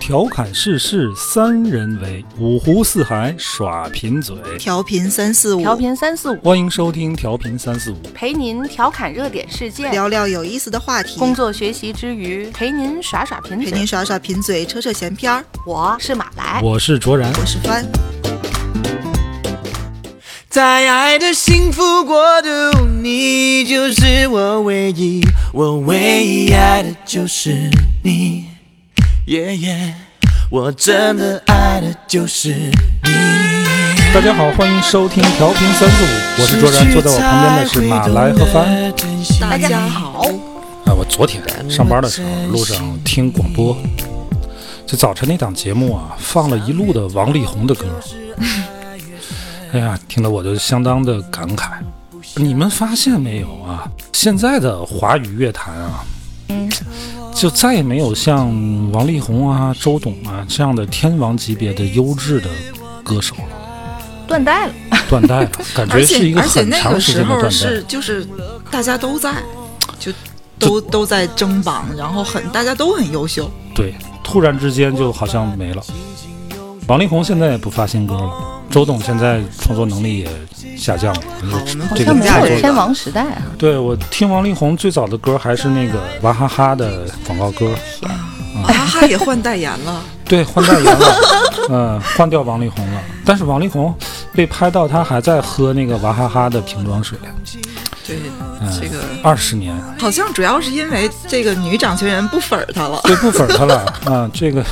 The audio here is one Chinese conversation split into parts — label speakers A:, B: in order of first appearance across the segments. A: 调侃世事三人为，五湖四海耍贫嘴。
B: 调频三四五，
C: 调频三四五，
A: 欢迎收听调频三四五，
C: 陪您调侃热点事件，
B: 聊聊有意思的话题，
C: 工作学习之余陪您耍耍贫
B: 陪
C: 嘴
B: 您。耍耍贫嘴，扯扯闲篇儿。
C: 我是马来，
D: 哎
A: 我是卓然。
B: 我是帆，
D: 在爱的幸福国度，你就是我唯一，我唯一爱的就是你，耶耶，我真的爱的就是你。
A: 大家好，欢迎收听调频三四五，我是卓然，坐在我旁边的是马来和帆。
D: 失去才会懂得珍惜。
B: 大家
C: 好，
A: 啊，我昨天上班的时候，路上听广播，就早晨那档节目啊，放了一路的王力宏的歌，
B: 嗯
A: 哎呀，听得我就相当的感慨。你们发现没有啊？现在的华语乐坛啊，就再也没有像王力宏啊、周董啊这样的天王级别的优质的歌手了，
C: 断代了。
A: 断代了，感
B: 而
A: 觉是一
B: 且
A: 个
B: 而且
A: 很
B: 那
A: 长
B: 个
A: 时
B: 时
A: 间的断
B: 候
A: 代。
B: 是就是大家都在，就都都在争榜，然后很大家都很优秀。
A: 对，突然之间就好像没了。王力宏现在也不发新歌了，周董现在创作能力也下降了。
B: 好，我们
C: 好
A: 这
B: 评
A: 个
C: 像没
B: 价
C: 有
B: 这
C: 天
B: 个。
C: 王时代啊，
A: 对我听王力宏最早的歌还是那个娃哈哈的广告歌，啊
B: 娃哈啊哈也换代言 了，
A: 对，换代言了， 嗯，换掉王力宏了。但是王力宏被拍到他还在喝那个娃哈哈的瓶装水，
B: 对
A: 嗯，
B: 这个
A: 二十年，
B: 好像主要是因为这个女掌权人不粉儿他了。
A: 对，不粉他了啊，这个。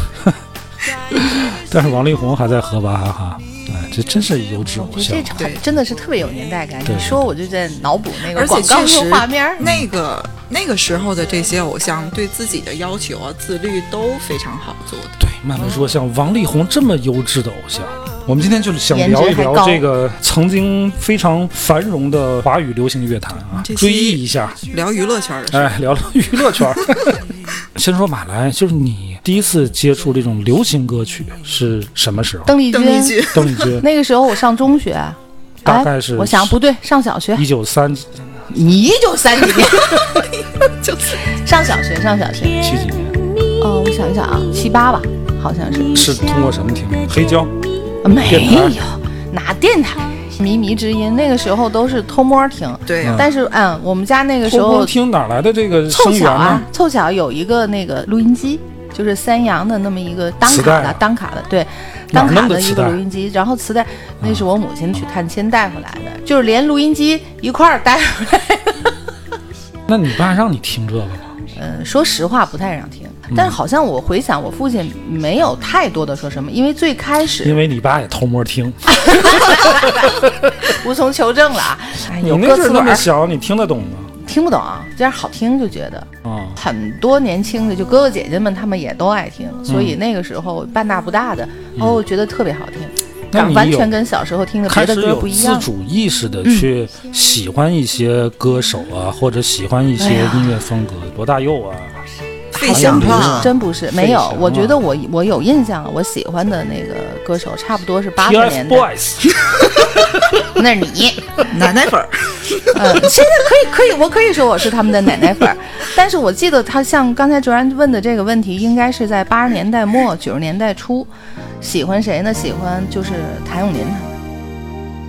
A: 但是王力宏还在喝娃哈哈，哎，这真是优质偶
C: 我觉
A: 像
C: 得。这
B: 对
C: 真的是特别有年代感。
A: 对
C: 你说我就在脑补那个
B: 而且
C: 广告
B: 确实
C: 和画面儿。
B: 那个那个时候的这些偶像对自己的要求啊、自律都非常好做的。
A: 对，慢慢说，像王力宏这么优质的偶像，我们今天就想
C: 颜值
A: 聊一
C: 还
A: 聊
C: 高
A: 这个曾经非常繁荣的华语流行乐坛啊，
B: 这期
A: 追忆一下，
B: 聊娱乐圈的事，
A: 哎，聊聊娱乐圈儿。先说马来，就是你第一次接触这种流行歌曲是什么时候？
C: 邓丽
B: 邓丽君。
A: 邓丽君，
C: 那个时候我上中学，啊
A: 大概是
C: 哎我想不对，上小学，
A: 一九三七
C: 一九三几 年，上小学，上小学。
A: 几年，
C: 哦，我想一想啊，七八吧，好像
A: 是
C: 是。
A: 通过什么听？黑胶，
C: 没
A: 电台
C: 有，哪电台？靡靡之音，那个时候都是偷摸听。
B: 对呀、
C: 但是，嗯，我们家那个时
A: 偷
C: 候
A: 摸听哪来的这个
C: 凑
A: 声源
C: 巧啊
A: 呢？，
C: 凑巧有一个那个录音机，就是三洋的那么一个单
A: 磁
C: 卡
A: 带
C: 的
A: 啊
C: 单卡的，对，
A: 哪
C: 单
A: 儿
C: 卡
A: 弄的
C: 的一
A: 磁
C: 个
A: 带嗯
C: 录音机。然后磁带那是我母亲去探亲带回来的，就是连录音机一块儿带回来。
A: 那你爸让你听这个吗？
C: 嗯， 说实话不太让听，
A: 嗯
C: 但是好像我回想，我父亲没有太多的说什么，因为最开始
A: 因为你爸也偷摸听。
C: 无从求证了啊。哎
A: 你
C: 有
A: 那
C: 歌
A: 阵儿
C: 词
A: 那
C: 本
A: 么
C: 儿
A: 小，你听得懂吗？
C: 听不懂，这样好听就觉得。
A: 啊、
C: 很多年轻的，就哥哥姐姐们，他们也都爱听，
A: 嗯
C: 所以那个时候半大不大的，哦，我觉得特别好听，
A: 那
C: 感
A: 你
C: 完
A: 有
C: 全跟小时候听的别
A: 开
C: 的
A: 始
C: 歌
A: 有
C: 不一
A: 自
C: 样。嗯
A: 主意识的去喜欢一些歌手啊，或者喜欢一些
C: 哎呀
A: 音乐风格，罗大佑啊，
B: 费
A: 好像
B: 翔
A: 不
B: 吧，
C: 真不是没有
A: 神，
C: 我觉
A: 了
C: 得我我有印象，我喜欢的那个歌手差不多是八十年代，
A: TFBOYS
C: 那是你。
B: 奶奶粉儿。
C: 嗯，现在可以可以，我可以说我是他们的奶奶 粉儿，但是我记得他像刚才卓然问的这个问题，应该是在八十年代末九十年代初，喜欢谁呢？喜欢就是谭咏麟他 们。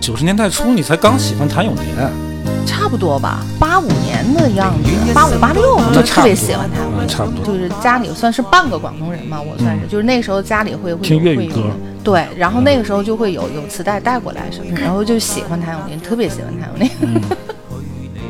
A: 九十年代初你才刚喜欢谭咏
C: 嗯
A: 麟，
C: 差不多吧，八五年的样子，八五八六，我就
A: 那差不
C: 特
A: 多
C: 别喜欢他
A: 嗯差不多
C: 就是家里算是半个广东人嘛，我算是，就是那时候家里会会
A: 听
C: 有
A: 粤语
C: 会有
A: 歌
C: 对，然后那个时候就会有有磁带带过来
A: 嗯
C: 什么的，然后就喜欢谭咏麟，特别喜欢谭咏麟。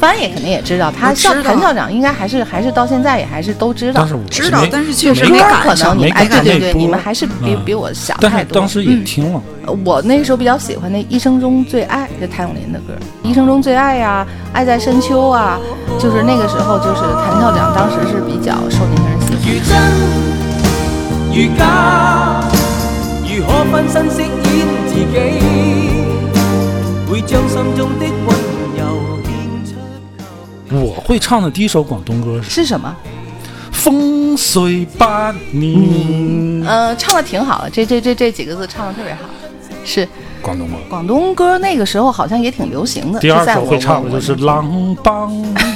C: 翻也肯定也知道，他
B: 我知道
C: 校谭校长应该还是还是到现在也还是都知道
A: 但，是我
B: 知道
A: 没，
B: 但是确
C: 就是
B: 实
C: 歌
B: 没
C: 儿可
B: 赶
C: 能
B: 上，
C: 你们哎
A: 赶
C: 对
A: 上
C: 对
A: 那
C: 对，
A: 波
C: 你们还是比
A: 嗯
C: 比我小
A: 但
C: 太
A: 是
C: 多。嗯
A: 当时也听了，
C: 我那个时候比较喜欢那《一生中最爱》，就谭咏麟的歌，《一生中最爱》呀，《爱在深秋》啊，就是那个时候，就是谭校长当时是比较受年轻人喜欢。
D: 如真如假，如何分身飾演自己，會將心中的温柔獻出。
A: 我会唱的第一首广东歌是《
C: 是什么？
A: 风随把你》，
C: 嗯呃，唱的挺好的，这这这这几个字唱的特别好，是
A: 广东歌。
C: 广东歌那个时候好像也挺流行的。
A: 第二
C: 在
A: 首
C: 我
A: 会唱的
C: 我
A: 就是《狼邦》，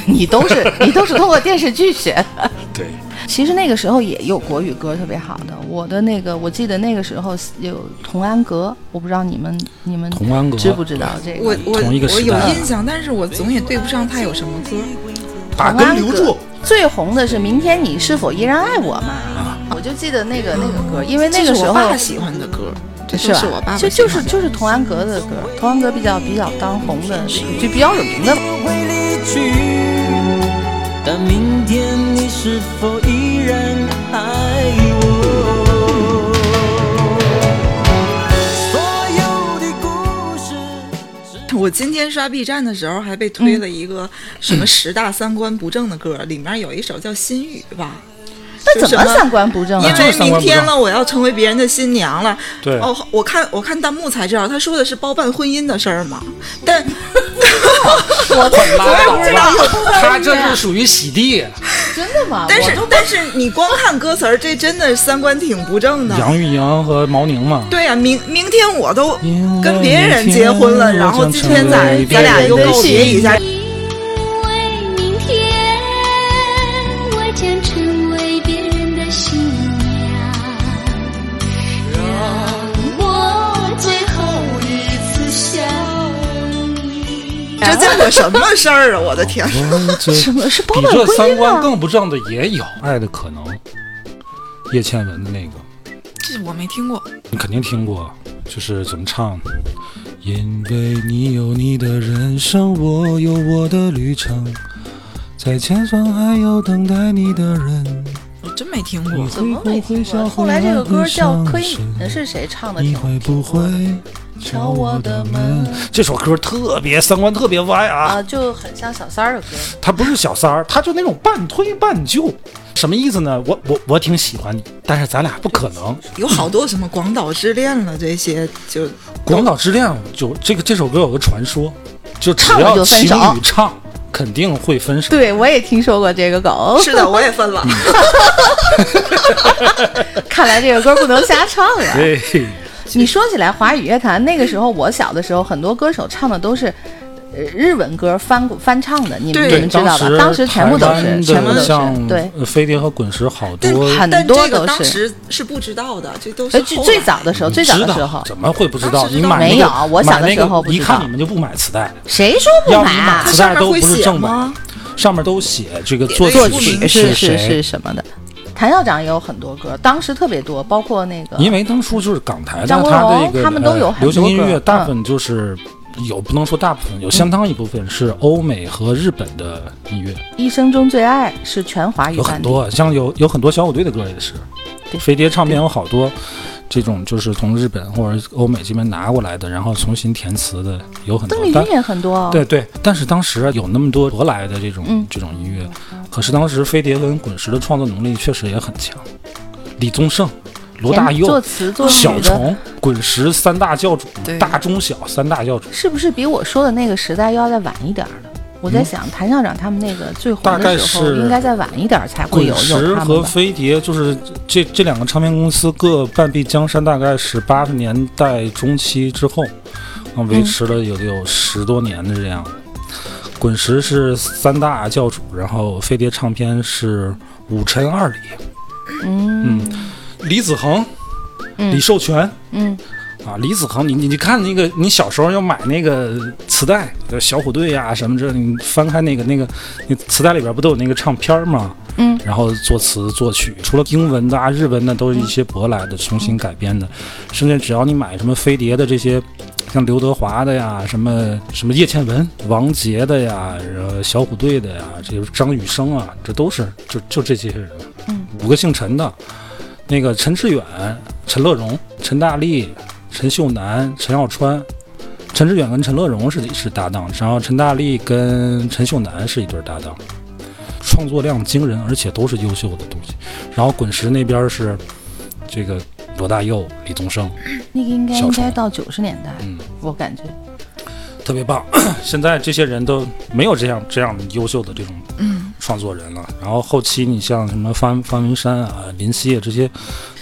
C: 你都 是你都是通过电视剧学的。
A: 对，
C: 其实那个时候也有国语歌特别好的，我的那个我记得那个时候有《童安格》，我不知道你们你们
A: 童安格
C: 知不知道这个？
B: 我我
A: 同一个
B: 我
A: 时
B: 有
A: 代的
B: 印象，但是我总也对不上他有什么歌。
A: 把
C: 童安
A: 根留
C: 格
A: 住。
C: 最红的是《明天你是否依然爱我》嘛，我就记得那个那个歌，因为那个
B: 啊这
C: 时
B: 是我
C: 候
B: 爸喜欢的歌，这
C: 是
B: 都
C: 吧
B: 是我爸爸
C: 就
B: 喜
C: 就
B: 欢
C: 是
B: 的
C: 就是童安格的歌，童安格比较比较当红的，就比较有名的吧。
D: 会离去，但明天你是否依然爱我？所有的故事，
B: 我今天刷 B 站的时候还被推
C: 嗯
B: 了一个什么十大三观不正的歌，里面有一首叫《心语》吧。
C: 那怎
B: 就什
C: 么
B: 么
C: 三观不正啊
B: 因？为
A: 那就
B: 明天
A: 是三观不
B: 了，
A: 正
B: 我要成为别人的新娘了。
A: 对
B: 哦，我看我看弹幕才知道，他说的是包办婚姻的事儿嘛。但
C: 啊我真
A: 拉
C: 的
A: 倒
C: 不知道有童
A: 吧，
C: 安
A: 他
C: 格
A: 这是属于洗地。
C: 真的吗？
B: 但是
C: 我
B: 但是你光看歌词儿，这真的三观挺不正的。
A: 杨钰莹和毛宁嘛，
B: 对呀、明明天我都
A: 因
B: 跟
A: 为
B: 别人
A: 明
B: 结婚了，
A: 天
B: 然
A: 我
B: 后
A: 将
B: 今
A: 成
B: 天咱
A: 为
B: 咱俩
A: 别
B: 又
A: 人的
B: 告别
A: 新
B: 一下，
E: 因为明天我将成为别人的新娘，让我最后一次想你。
B: 这叫个什么事儿啊！我的天，
A: 我这
C: 什么是包
A: 比
C: 办
A: 这
C: 婚
A: 三
C: 姻
A: 观
C: 吗？
A: 更不正的也有，《爱的可能》，叶倩文的那个，
B: 这我没听过。
A: 你肯定听过，就是怎么唱。因为你有你的人生，我有我的旅程，在前方还有等待你的人。
B: 我真没听
A: 你
B: 过，
C: 怎么没听
A: 会不会
C: 过？
A: 像
C: 后来这个歌叫柯以
A: 红，蓝
C: 是谁唱的？
A: 你会不会敲我的门？这首歌特别三观特别歪啊！
C: 啊，就很像小三儿的歌。
A: 他不是小三儿，他就那种半推半就，什么意思呢？我我我挺喜欢你，但是咱俩不可能。
B: 有好多什么广岛之恋了这些，就
A: 广岛之恋就这个这首歌有个传说，就只
C: 唱了
A: 要
C: 就分
A: 情
C: 手
A: 侣唱，肯定会分手。
C: 对，我也听说过这个狗。
B: 是 的，我也分了。
C: 看来这个歌不能瞎唱啊。
A: 对，
C: 你说起来华语乐坛，那个时候我小的时候，很多歌手唱的都是。呃，日文歌翻翻唱的，你们
B: 对
C: 你们知道吧？
A: 时
C: 当时全部都
A: 台湾
C: 是，
A: 的
C: 全部都是，
A: 像
C: 对。
A: 呃飞碟和滚石好
B: 但
A: 多，
C: 很
B: 但
C: 多
B: 这个
C: 都
B: 当
C: 是
B: 时是不知道的，这都是
C: 呃，最
B: 后
C: 最
B: 来
C: 早的时候，最早
A: 知
C: 的时
A: 道
C: 候，
A: 怎么会不知
B: 当
A: 道？
B: 时
A: 你
B: 知道
A: 买那个
C: 没有我小
A: 买
C: 的
A: 那
C: 时
A: 个
C: 候不
A: 一
C: 知
A: 看
C: 道
A: 你们就不买磁带，
C: 谁说不
A: 要不
C: 买
A: 你买
C: 啊？
A: 磁
B: 上
A: 带
B: 面
A: 都
B: 会
A: 不是
B: 写
A: 正版
B: 吗，
A: 上面都写这个
B: 写
A: 作
B: 的
C: 作
B: 不
C: 曲
A: 曲
B: 明
C: 是是
A: 谁。
C: 是什么的？谭校长也有很多歌，当时特别多，包括那个
A: 因为当初就是港台的，
C: 张国
A: 它
C: 荣
A: 这个
C: 他们都有
A: 呃
C: 很
A: 流行
C: 多
A: 音
C: 歌
A: 乐，大
C: 嗯
A: 部分就是有不能说大部分，有相当一部分是欧美和日本的音乐，
C: 一生中最爱是全华语
A: 有很
C: 版的，
A: 多啊像有有很多小虎队的歌也是，
C: 对
A: 飞碟唱片有好多这种就是从日本或者欧美这边拿过来的，然后重新填词的有很多
C: 邓丽。君
A: 但
C: 也很多哦。
A: 对对，但是当时啊有那么多舶来的这种、
C: 嗯
A: 这种音乐，可是当时飞碟跟滚石的创作能力确实也很强，李宗盛、罗
C: 填
A: 大佑
C: 作词作
A: 小
C: 曲的
A: 虫、滚石三大教主
B: 对，
A: 大中小三大教主，
C: 是不是比我说的那个时代要再晚一点儿呢？我在想，谭校长他们那个最
A: 大
C: 红
A: 概
C: 的时候，
A: 是
C: 应该再晚一点儿才会
A: 滚
C: 有
A: 石
C: 有他
A: 和
C: 们吧？
A: 飞碟就是这这两个唱片公司各半壁江山，大概是八十年代中期之后，啊，
C: 嗯
A: 维持了有有十多年的这样。滚石是三大教主，然后飞碟唱片是五陈二李，
C: 嗯
A: 李子恒、
C: 嗯
A: 李寿全，
C: 嗯，
A: 啊，李子恒，你你你看那个，你小时候要买那个磁带，就小虎队呀、啊什么这，你翻开那个那个，那磁带里边不都有那个唱片吗？
C: 嗯，
A: 然后作词作曲，除了英文的啊、日文的，都是一些舶来的重新改编的，甚至只要你买什么飞碟的这些，像刘德华的呀，什么什么叶倩文、王杰的呀，然后小虎队的呀，这个张雨生啊，这都是就就这些人，
C: 嗯，
A: 五个姓陈的，那个陈志远、陈乐融、陈大力、陈秀楠、陈小川。陈志远跟陈乐融是是搭档，然后陈大力跟陈秀楠是一对搭档，创作量惊人，而且都是优秀的东西。然后滚石那边是这个罗大佑、李宗盛，
C: 那个应该
A: 小
C: 应该
A: 虫
C: 到九十年代，
A: 嗯，
C: 我感觉
A: 特别棒。现在这些人都没有这样这样优秀的这种创作人了。然后后期你像什么方方文山啊、林夕啊这些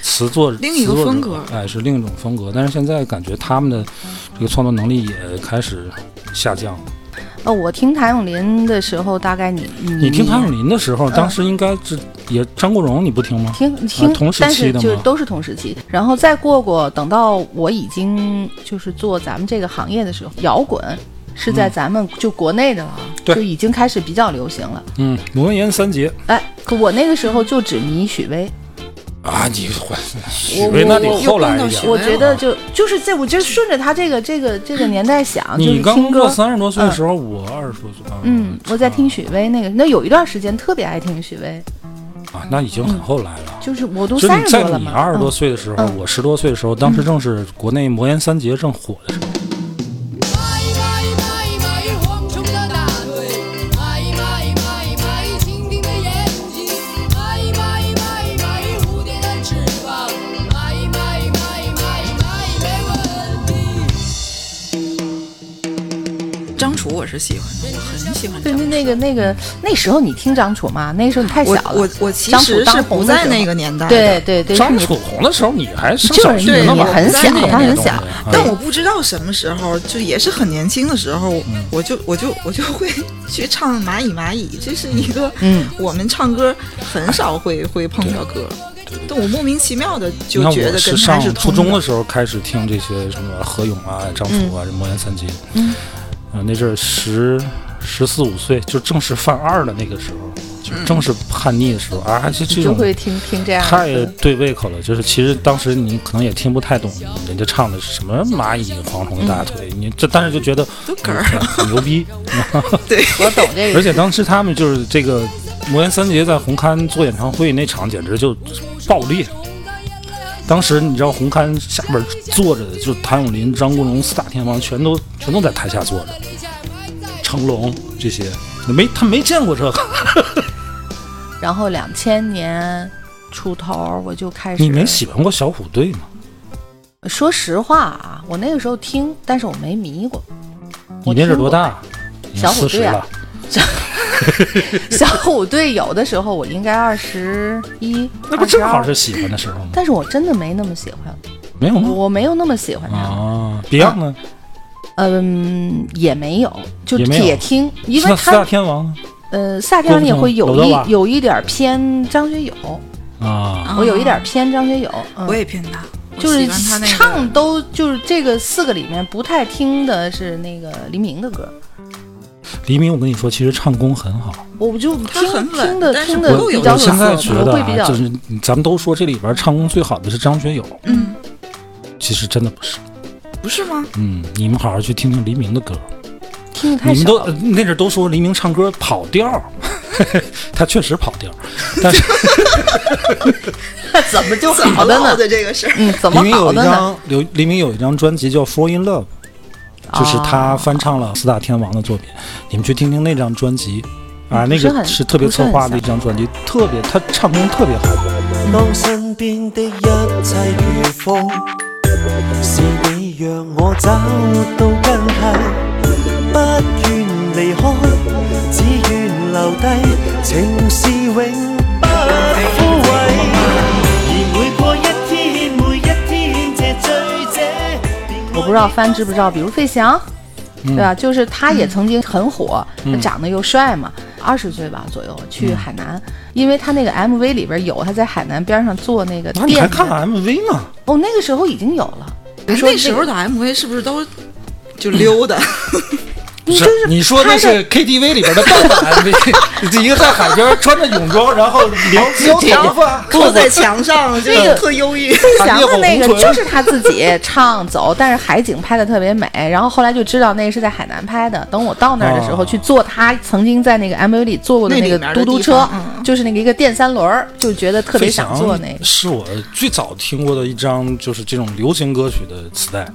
A: 词作
B: 另一个
A: 词作者
B: 风格
A: 哎，是另一种风格。但是现在感觉他们的这个创作能力也开始下降了。
C: 呃，我听谭咏麟的时候，大概你
A: 你
C: 你
B: 嗯
A: 听谭咏麟的时候，当时应该是也张国荣，你不听吗？
C: 听听，
A: 啊同时
C: 但
A: 期
C: 是
A: 的
C: 就是
A: 吗
C: 都是同时期。然后再过过，等到我已经就是做咱们这个行业的时候，摇滚是在咱们就国内的了啊，
A: 嗯对
C: 就已经开始比较流行了。
A: 嗯，罗文言三杰
C: 哎，可我那个时候就只迷许巍，
A: 啊，你许巍那得
B: 我
A: 后来一
B: 又
A: 点
B: 许。
C: 我
B: 巍
C: 觉得就就是在我就顺着他这个这个这个年代想，就是
A: 啊你刚
C: 听
A: 工作
C: 歌。
A: 三十多岁的时候，我二十多岁。啊
C: 嗯，我在听许巍那个，那有一段时间特别爱听许巍，
A: 啊，那已经很后来了。
C: 嗯就是我都
A: 就
C: 三
A: 你
C: 十
A: 在
C: 多了
A: 你
C: 嘛，
A: 二十多
C: 嗯
A: 岁的时候，
C: 嗯
A: 我十多岁的时候，当时正是国内魔岩三杰正火的时候。
F: 买买买买，蝗虫的大腿；买买买买，蜻蜓的眼睛；买买买买，蝴蝶的翅膀；买买买买买，没问题。
B: 张楚我是喜欢的，我很喜欢
C: 对，
B: 张
C: 那
B: 楚。
C: 那个那个那时候你听张楚吗？那时候你太小
B: 我
C: 了。
B: 我我其
C: 张楚
B: 实
C: 当
B: 是
C: 红
B: 不
C: 的
B: 在
C: 时候
B: 那个年代的，
C: 对对对，
A: 张
C: 是你
A: 楚红的时候，你还上
C: 就
A: 小
C: 是
A: 学呢
C: 你
A: 吧？
C: 很
B: 我
C: 小
B: 在那，个
C: 他
A: 年
C: 很
A: 代
C: 小，
B: 但我不知道什么时候，就也是很年轻的时候，
A: 嗯
B: 我就我就我就会去唱《蚂蚁蚂蚁》， 这是一个
C: 嗯
B: 我们唱歌很少会会碰到歌，但我莫名其妙的就
A: 你看
B: 觉
A: 我
B: 得跟
A: 是
B: 他
A: 上
B: 是
A: 初
B: 通
A: 中
B: 的
A: 的。时候开始听这些什么何勇啊、张楚啊、这魔岩三杰。
C: 嗯
A: 呃，那阵儿十十四五岁，就正是犯二的那个时候，就
B: 嗯
A: 正是叛逆的时候啊，就这
C: 就
A: 种
C: 会听听
B: 啊
C: 这样的
A: 太
C: 歌
A: 对胃口了。就是其实当时你可能也听不太懂人家唱的是什么蚂蚁、蝗虫的大腿，你这但是就觉得
B: 嗯都哏儿
A: 嗯很牛逼。
C: 我懂这
A: 而
C: 个。
A: 且当时他们就是这个魔岩三杰在红磡做演唱会那场，简直就爆裂。当时你知道红磡下边坐着的，就谭咏麟、张国荣四大天王，全都全都在台下坐着，成龙这些，没他没见过这个，呃
C: 然后两千年出头我就开始，
A: 你没喜欢过小虎队吗？
C: 说实话啊，我那个时候听，但是我没迷过。
A: 你
C: 我
A: 那是
C: 听
A: 多
C: 过？
A: 大？你
C: 小
A: 四
C: 虎
A: 十
C: 队啊
A: 了，
C: 小虎队有的时候我应该二十一，
A: 那不正好
C: 22
A: 是喜欢的时候吗？
C: 但是我真的没那么喜欢，
A: 没有吗？
C: 我没有那么喜欢他。
A: 啊，Beyond 呢？
C: 嗯，也没有，就
A: 也没有
C: 铁听，因为
A: 那四大
C: 他
A: 天王呢？
C: 呃，夏天也会有
A: 郭富城
C: 一
A: 刘德华
C: 有一点偏张学友，
A: 啊，
C: 我有一点偏张学友，嗯
B: 哦啊我也偏他，我
C: 就是
B: 喜欢他那个
C: 唱都就是这个四个里面不太听的是那个黎明的歌，
A: 黎明，我跟你说，其实唱功很好。
C: 我就
B: 他
C: 听
B: 很稳
C: 听的
B: 但是
C: 听
B: 不
C: 的
A: 我
B: 会
C: 比
B: 有
C: 较
A: 我现在
C: 冷
A: 觉
C: 我
A: 得
C: 会比
A: 啊，
C: 较
A: 就是咱们都说这里边唱功最好的是张学友，
B: 嗯，
A: 其实真的不是。
B: 不是吗？
A: 嗯，你们好好去听听黎明的歌，
C: 听的太
A: 你们都
C: 少
A: 呃
C: 了。
A: 那阵儿都说黎明唱歌跑调儿， 他确实跑 调儿，但是
C: 怎么就
B: 怎么
C: 好的
B: 唠
C: 呢？
B: 的这个事儿？
C: 嗯，怎
A: 黎
C: 么
A: 明有
C: 好
A: 一
C: 的呢？
A: 张刘黎明有一张专辑叫《Fall in Love》，就是
C: 哦
A: 他翻唱了四大天王的作品，你们去听听那张专辑。啊，
C: 不
A: 那
C: 是
A: 个
C: 很
A: 是特别
C: 不是
A: 策
C: 很
A: 划的
C: 像
A: 一张专辑，特别他唱功特别好。
D: 当身边的一切如风，是你让我找到根系，不愿离开，只愿留低，情是永不枯萎。而每过一天，每一天，这醉者便爱
C: 我不知道翻知不知道，比如费翔，对吧？就是他也曾经很火，他长得又帅嘛，二十岁吧左右去海南，因为他那个 MV 里边有他在海南边上做那个
A: 那啊你还
C: 店，
A: 看 MV 呢？
C: 哦，那个时候已经有了。哎比如说
B: 哎
C: 嗯
B: 那时候的 MV 是不是都就溜达？
A: 不
C: 你就是
A: 你说那
C: 拍
A: 是 KTV 里边的盗版 MV，一个在海边穿着泳装，然后撩
C: 哎
A: 撩头发，
B: 扣在墙上，就
C: 那个
B: 特忧郁。
C: 费翔的那
A: 烈火红唇
C: 个就是他自己唱走， 但是海景拍的特别美。然后后来就知道那个是在海南拍的。等我到那儿的时候，
A: 哦
C: 去坐他曾经在那个 MV 里坐过的
B: 那
C: 那
B: 里
C: 个
B: 面的
C: 嘟嘟
B: 地
C: 车
B: 方，嗯
C: 就是那个一个电三轮儿，就觉得特别
A: 费
C: 想
A: 翔
C: 坐那个。
A: 是我最早听过的一张，就是这种流行歌曲的磁带。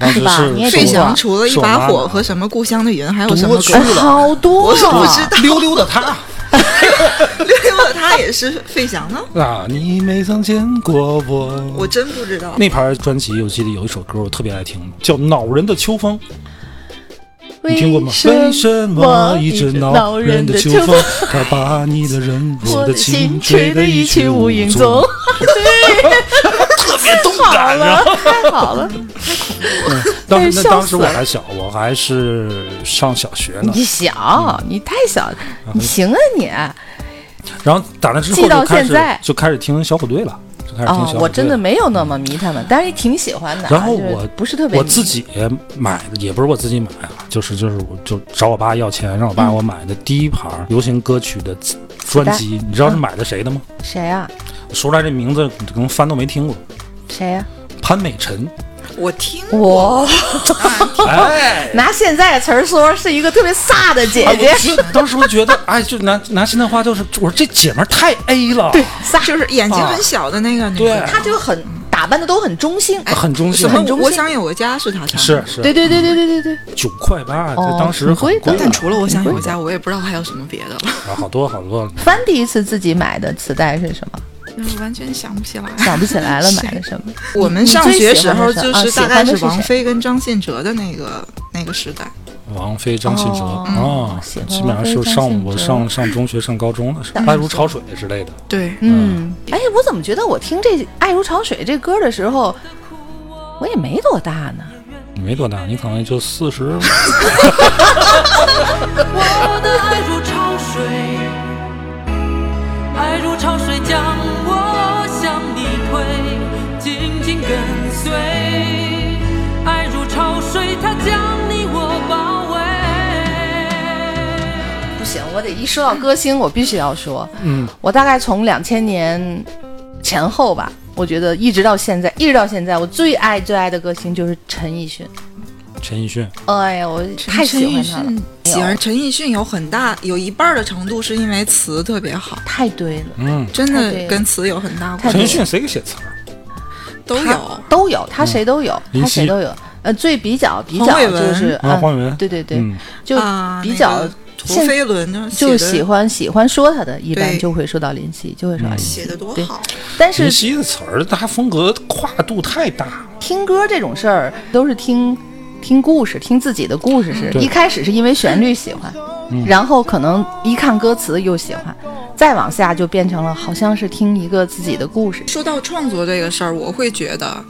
A: 当时
C: 是吧你也
A: 是
C: 懂
B: 啊费
C: 是我
B: 翔除了一把火和
A: 和
B: 什么故乡的云，还有什么
A: 啊独
B: 歌
A: 去？了
C: 好多，啊
B: 我说我知道
A: 溜溜的他
B: 溜达他也是费翔呢，
A: 啊，你没曾见过我。
B: 我真不知道。
A: 那盘专辑，我记得有一首歌我特别爱听，叫《恼人的秋风》。你听过吗？为什么一只恼人的秋风，它把你的人， 我的心吹得一去无影踪？
D: 特别动
C: 好
D: 感，
C: 了，太 好了！
A: 啊当时
C: 哎
A: 那
C: 笑
A: 当
C: 死
A: 时
C: 了
A: 我还小，我还是上小学呢。
C: 你小，你太小，你行啊你！
A: 然后打那之后
C: 记到
A: 就开
C: 现在
A: 始就开始听小虎队了，就开始听小虎
C: 哦
A: 队，了。
C: 我真的没有那么迷他们，但是挺喜欢的啊。
A: 然后
C: 就是
A: 我
C: 不是特别
A: 我
C: 迷
A: 自己买的，也不是我自己买啊，就是就是我就找我爸要钱，让我
C: 嗯
A: 爸给我买的第一盘流行歌曲的专辑，你知
C: 嗯
A: 道是买的谁的吗？
C: 谁啊呀？
A: 我说出来这名字可能翻都没听过，
C: 谁呀？
A: 潘美 辰。
B: 我听
C: 我哦
A: 哎，
C: 拿现在词儿说是一个特别飒的姐
A: 哎
C: 姐
A: 我，觉得当时我觉得，哎，就拿拿现在话就是，我说这姐们儿太 A 了，
C: 飒
B: 就是眼睛很小的那个女
A: 对
B: 生，
C: 她就很打扮的都很中性。
A: 很中性
B: 什，么
C: 很中性
B: 我想有个家是她唱的，
A: 是是，
C: 对对对对对对对，
A: 九块八，在
C: 哦
A: 当时很
C: 挺贵
A: 贵
C: 的
B: 但除了我想有个家，我也不知道还有什么别的了，
A: 啊好多好多。
C: 翻第一次自己买的磁带是什么？
B: 就是完全想不起来。
C: 嗯想不起来了，买的什么？
B: 我们上学时候就
C: 你最
B: 是
C: 喜欢
B: 大概
C: 的是啊喜欢的是
B: 是王
C: 谁
B: 菲跟张信哲的那个那个时代，
A: 王菲、张信哲啊，
C: 哦喜欢
A: 基本上是
C: 王菲张
A: 上
C: 信
A: 我
C: 哲
A: 上上中学、上高中的时候，
C: 嗯
A: 爱如潮水之类的。
B: 对，
C: 嗯，哎，我怎么觉得我听这《爱如潮水》这歌的时候，我也没多大呢？
A: 你没多大，你可能也就四十。
G: 我的爱如潮水，爱如潮水将我向你推，紧紧跟随。爱如潮水，它将你我包围。
C: 不行，我得一说到歌星，我必须要说，
A: 嗯，
C: 我大概从两千年前后吧，我觉得一直到现在，一直到现在，我最爱最爱的歌星就是陈奕迅。
A: 陈奕迅，
C: 哎呀，我太喜欢他了，哎
B: 喜欢陈奕迅有很大有一半儿的程度是因为词特别好，
C: 太对了，
A: 嗯，
B: 真
C: 太对
B: 的
C: 了
B: 跟词有很大
C: 太
A: 陈
B: 关
C: 对
A: 奕
B: 系，
A: 迅谁给写词儿？
B: 都有。
C: 都有，他谁都有，
A: 嗯林
C: 他
A: 夕
C: 谁都有。呃，最比较比
B: 黄
C: 较
B: 伟
C: 就
B: 文
C: 是
A: 啊黄伟文
C: 对对对，
A: 嗯
C: 就
B: 啊，
C: 比较、
B: 那个陀飞轮呢，
C: 就
B: 写得
C: 喜欢喜欢说他的，一般
B: 对
C: 就会说到林夕，就会说到林夕
B: 写的多
C: 对
B: 好，
A: 嗯
C: 但
A: 林
C: 是
A: 夕的词儿，他风格跨度太大了。
C: 听歌这种事儿都是听听故事，听自己的故事是。
A: 对嗯
C: 一开始是因为旋律喜欢，然后可能一看歌词又喜欢，再往下就变成了好像是听一个自己的故事。
B: 说到创作这个事儿，我会觉得，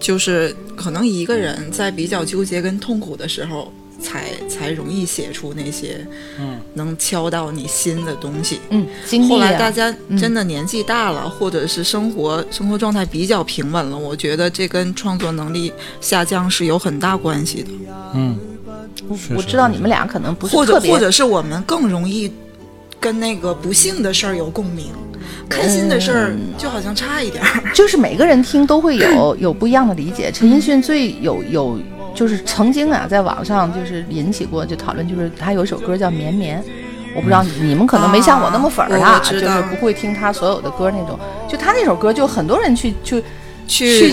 B: 就是可能一个人在比较纠结跟痛苦的时候，才才容易写出那些，嗯，能敲到你心的东西。
C: 嗯，经
B: 后
C: 历、
B: 来
C: 啊
B: 大、家真的年纪大了，或者是生活生活状态比较平稳了，我觉得这跟创作能力下降是有很大关系的，
A: 嗯，
C: 我知道你们俩可能不是
B: 或者
C: 特别
B: 或者是我们更容易跟那个不幸的事儿有共鸣，开心的事儿
C: 嗯
B: 就好像差一点儿。
C: 就是每个人听都会 有有不一样的理解。陈奕迅最有有就是曾经啊，在网上就是引起过就讨论，就是他有一首歌叫《绵绵》，我不知道你们可能没像我那么粉儿
B: 嗯啊
C: 他，
B: 我
C: 就
B: 知
C: 是
B: 道
C: 不会听他所有的歌那种。就他那首歌，就很多人去去。去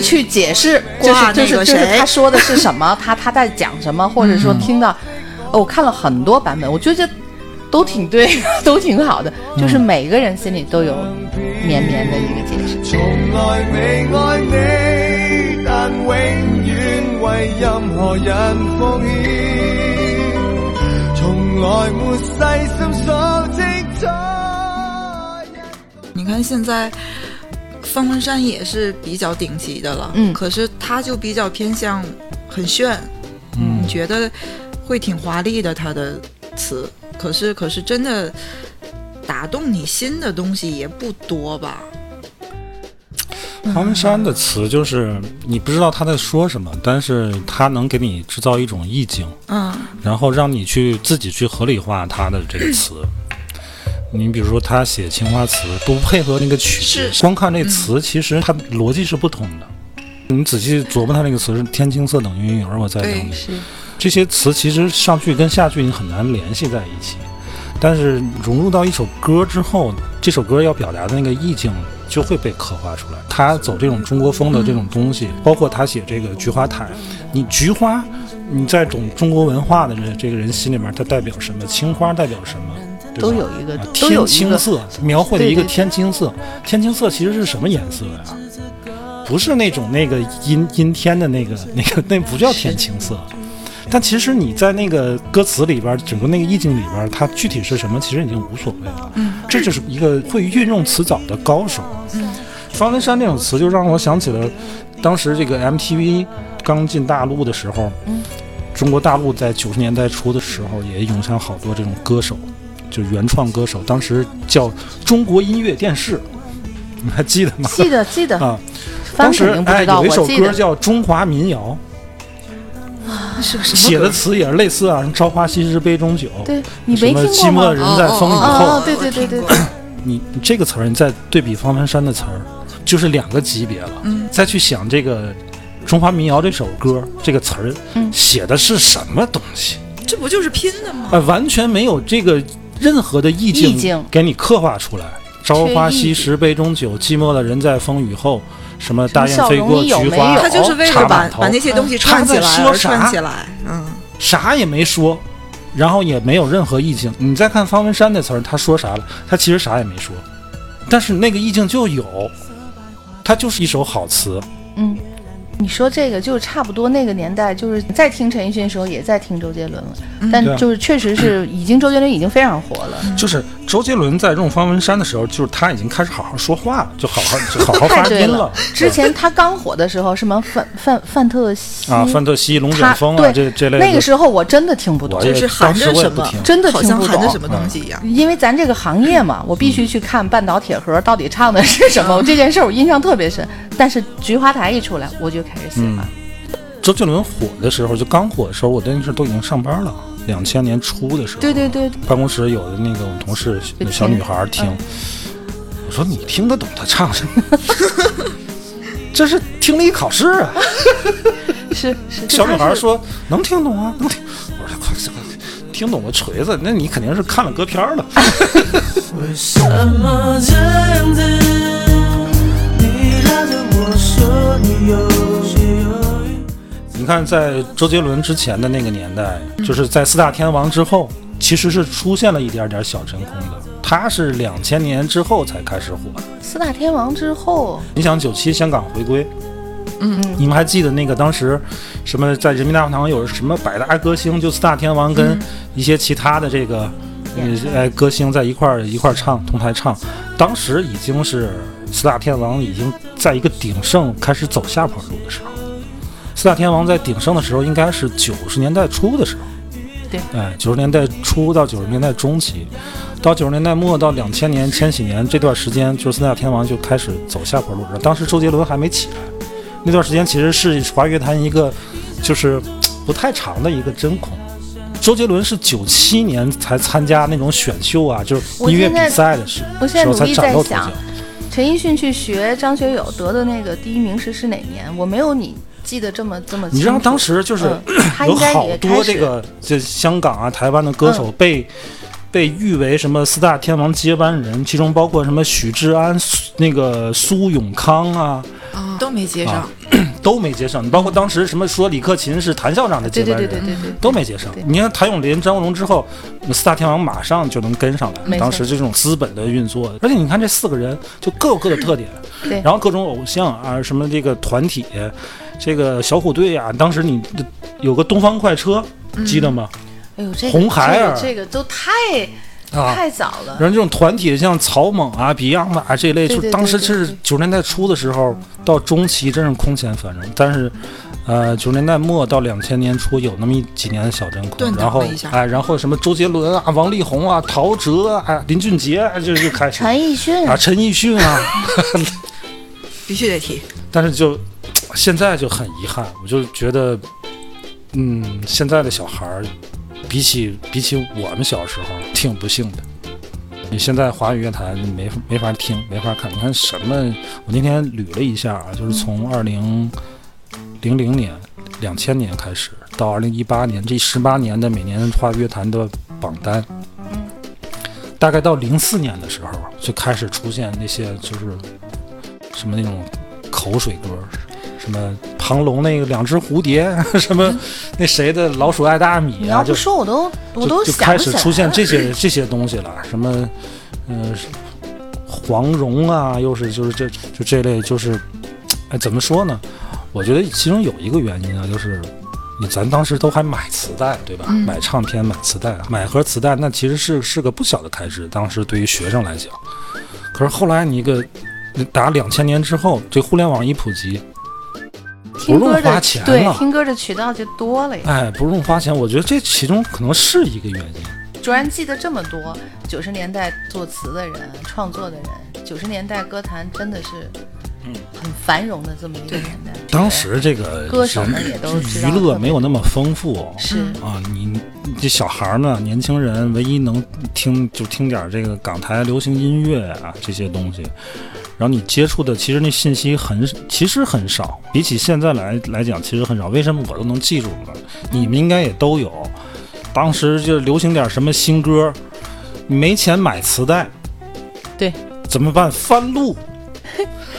B: 去
C: 去解释，就是
B: 挂
C: 就是
B: 那
C: 就
B: 个
C: 是
B: 谁嗯
C: 他说的是 什么，他他在讲什么，或者说听到，呃我看了很多版本，我觉得都挺对，都挺好的，就是
B: 嗯
C: 每个人心里都有绵绵的一个解释。
D: 从来未爱你，但永远为任何人奉献，从来没细心所积他。
B: 你看现在方文山也是比较顶级的了，
C: 嗯
B: 可是他就比较偏向很炫，嗯，你觉得会挺华丽的他的词，可是可是真的打动你心的东西也不多吧？
A: 方文山的词就是你不知道他在说什么，但是他能给你制造一种意境，
B: 嗯，
A: 然后让你去自己去合理化他的这个词。你比如说，他写《青花瓷》不配合那个曲
B: 是嗯
A: 子，
B: 是
A: 光看这词，其实它逻辑是不通的。你仔细琢磨他那个词是“天青色等云，而我在等你
B: 对”，
C: 是
A: 这些词其实上句跟下句你很难联系在一起，但是融入到一首歌之后，这首歌要表达的那个意境就会被刻画出来。他走这种中国风的这种东西，包括他写这个菊花台，你菊花，你在懂中国文化的人这个人心里面，它代表什么？青花代表什么？对吧
C: 都有一个
A: 啊
C: 都有一
A: 天
C: 个
A: 青色，描绘了一个
C: 对对对
A: 天青色。天青色其实是什么颜色呀、不是那种那个阴阴天的那个那个，那不叫天青色，但其实你在那个歌词里边儿，整个那个意境里边儿，它具体是什么，其实已经无所谓了。嗯，这就是一个会运用词藻的高手。嗯，方文山那首词就让我想起了当时这个 MTV 刚进大陆的时候，嗯，中国大陆在九十年代初的时候也涌现好多这种歌手，就原创歌手，当时叫中国音乐电视，你们还记得吗？
C: 记 得记得，
A: 啊，当
C: 翻肯
A: 时
C: 定不
A: 哎
C: 知道，
A: 有一首
C: 我记得
A: 歌叫《中华民谣》。
B: 是个什么
A: 写
B: 歌
A: 的词也是类似啊，什么“朝花夕拾杯中酒”，
C: 对你
A: 什
C: 没
A: 么
C: 听
A: 寂
C: 过
A: 寞
C: 吗？
A: 人在风雨
C: 哦
A: 后，
C: 对对对对
B: 我听过
A: 你你这个词儿，你再对比方文山的词儿，就是两个级别了。嗯，再去想这个《中华民谣》这首歌这个词儿，
C: 嗯
A: 写的是什么东西？
B: 这不就是拼的吗？
A: 啊、完全没有这个任何的意
C: 意境
A: 给你刻画出来。朝花夕拾杯中酒，寂寞的人在风雨后。什么大雁飞过
C: 笑
A: 菊
C: 容你有没
A: 花
C: 有？
B: 他就是为
A: 茶
B: 了
A: 碗
B: 把
A: 哦头
B: 把那些东西串起
A: 他在
B: 来
A: 说
B: 而
A: 啥
B: 串起来，嗯，
A: 啥也没说，然后也没有任何意境。你再看方文山那词儿，他说啥了？他其实啥也没说，但是那个意境就有，它就是一首好词。
C: 嗯，你说这个就差不多那个年代，就是在听陈奕迅的时候，也在听周杰伦了，但
A: 对啊
C: 就是确 实是已经周杰伦已经非常火了，
A: 就是周杰伦在用方文山的时候，就是他已经开始好好说话了，就好好就好好
C: 太
A: 发
C: 对
A: 哦音
C: 了。之前他刚火的时候，什么范范范特西
A: 啊，范特西、龙卷
C: 他
A: 风啊，
C: 对
A: 这这类的，
C: 那个时候我真的听不懂
A: 我，也
B: 就是含着
A: 当时我也
B: 什
A: 不
B: 么
A: 听，
C: 真的
B: 好
C: 听
B: 像
C: 不
B: 含着什
C: 懂。
B: 么东西一样。
C: 因为咱这个行业嘛，我
A: 嗯
C: 必须去看半导体盒到底唱的是什么。这件事儿我印象特别深，但是《菊花台》一出来，我就开始喜
A: 嗯
C: 欢。
A: 周杰伦火的时候，就刚火的时候，我那时候都已经上班了，两千年初的时候。
C: 对对对，
A: 办公室有的那个我们同事
C: 就
A: 小
C: 听
A: 女孩儿听
C: 嗯，
A: 我说你听得懂他唱什么？ 这是听力考试啊！
C: 是是。
A: 小女孩
C: 就他
A: 儿
C: 是
A: 说能听懂啊，能听。我说快快快听懂了锤子，那你肯定是看了歌片儿了。
D: 为什么这样子？你拉着我说你有些犹豫。
A: 你看，在周杰伦之前的那个年代，就是在四大天王之后，其实是出现了一点点小真空的。他是两千年之后才开始火的。
C: 四大天王之后，
A: 你想九七香港回归，嗯，你们还记得那个当时什么在人民大会堂有什么百大歌星，就四大天王跟一些其他的这个呃哎歌星在一块儿一块儿唱同台唱，当时已经是四大天王已经在一个鼎盛开始走下坡路的时候。四大天王在鼎盛的时候，应该是九十年代初的时候。
C: 对，
A: 哎，九十年代初到九十年代中期，到九十年代末到两千年、千禧年这段时间，就是四大天王就开始走下坡路了。当时周杰伦还没起来，那段时间其实是华语乐坛一个就是嘖不太长的一个真空。周杰伦是九七年才参加那种选秀啊，就是音乐
C: 我现在
A: 比赛的时
C: 我
A: 时
C: 现在
A: 候
C: 努
A: 才
C: 力
A: 崭
C: 在
A: 露头
C: 想
A: 角。
C: 陈奕迅去学张学友得的那个第一名是是哪年？我没有你记得这么这么清楚。
A: 你知道当时就是、
C: 嗯 他
A: 有
C: 应该
A: 好
C: 也开
A: 多
C: 始嗯
A: 这个这香港啊、台湾的歌手被、被誉为什么四大天王接班人，其中包括什么许志安、苏那个苏永康啊，
C: 嗯
B: 啊，都没接上
A: 啊，都没接上。你包括当时什么说李克勤是谭校长的接
C: 对
A: 班
C: 对
A: 人，
C: 对对对对，
A: 都没接上
C: 对。
A: 你看谭咏麟、张国荣之后，四大天王马上就能跟上来。
C: 没错
A: 当时这种资本的运作，而且你看这四个人就各有各的特点，
C: 对
A: 然后各种偶像啊，什么这个团体，这个小虎队啊，当时你有个东方快车，
C: 嗯
A: 记得吗？
C: 哎呦这个
A: 红孩儿
C: 这个这个都太
A: 啊
C: 太早了。
A: 然后这种团体像草蜢啊、Beyond 啊这一类，
C: 对
A: 就
C: 对
A: 当时
C: 对对
A: 是
C: 对
A: 九十年代初的时候，到中期真是空前繁荣。但是，呃，九十年代末到两千年初有那么一几年的小真空
B: 断，档
A: 然后
B: 了一下
A: 哎，然后什么周杰伦啊、王力宏啊、陶喆啊、林俊杰啊，就就开始
C: 陈奕迅
A: 啊，陈奕迅啊，
B: 必须得提。
A: 但是就现在就很遗憾，我就觉得，嗯，现在的小孩儿比起比起我们小时候挺不幸的。你现在华语乐坛没法没法听，没法看。你看什么？我那天捋了一下啊，就是从二零零零年、两千年开始到二零一八年这十八年的每年华语乐坛的榜单，大概到零四年的时候就开始出现那些就是什么那种口水歌，什么庞龙那个两只蝴蝶，什么那谁的嗯老鼠爱大米
C: 你
A: 啊，
C: 要不
A: 就
C: 说我都我
A: 就
C: 都
A: 就
C: 想不
A: 开始
C: 起来
A: 出现
C: 了
A: 这些这些东西了，什么，呃，黄蓉啊，又是就是这就这类就是，哎，怎么说呢？我觉得其中有一个原因啊，就是那咱当时都还买磁带，对
C: 嗯
A: 吧？买唱片、买磁带，买盒磁带，那其实是是个不小的开支。当时对于学生来讲，可是后来你一个打两千年之后，这互联网一普及，
C: 听歌
A: 不用花
C: 的
A: 钱
C: 对
A: 了
C: 听歌的渠道就多了呀。
A: 哎，不用花钱，我觉得这其中可能是一个原因。
C: 卓然记得这么多九十年代作词的人、创作的人，九十年代歌坛真的是，很繁荣的这么一个年代。
A: 嗯当时这个
C: 歌手们
A: 人
C: 也都知道
A: 娱乐
C: 特别
A: 没有那么丰富，
C: 是
A: 啊，你你这小孩儿呢，年轻人唯一能听就听点儿这个港台流行音乐啊这些东西，然后你接触的其实那信息很其实很少，比起现在来来讲其实很少。为什么我都能记住呢？你们应该也都有，当时就流行点儿什么新歌，你没钱买磁带，
C: 对，
A: 怎么办？翻 录，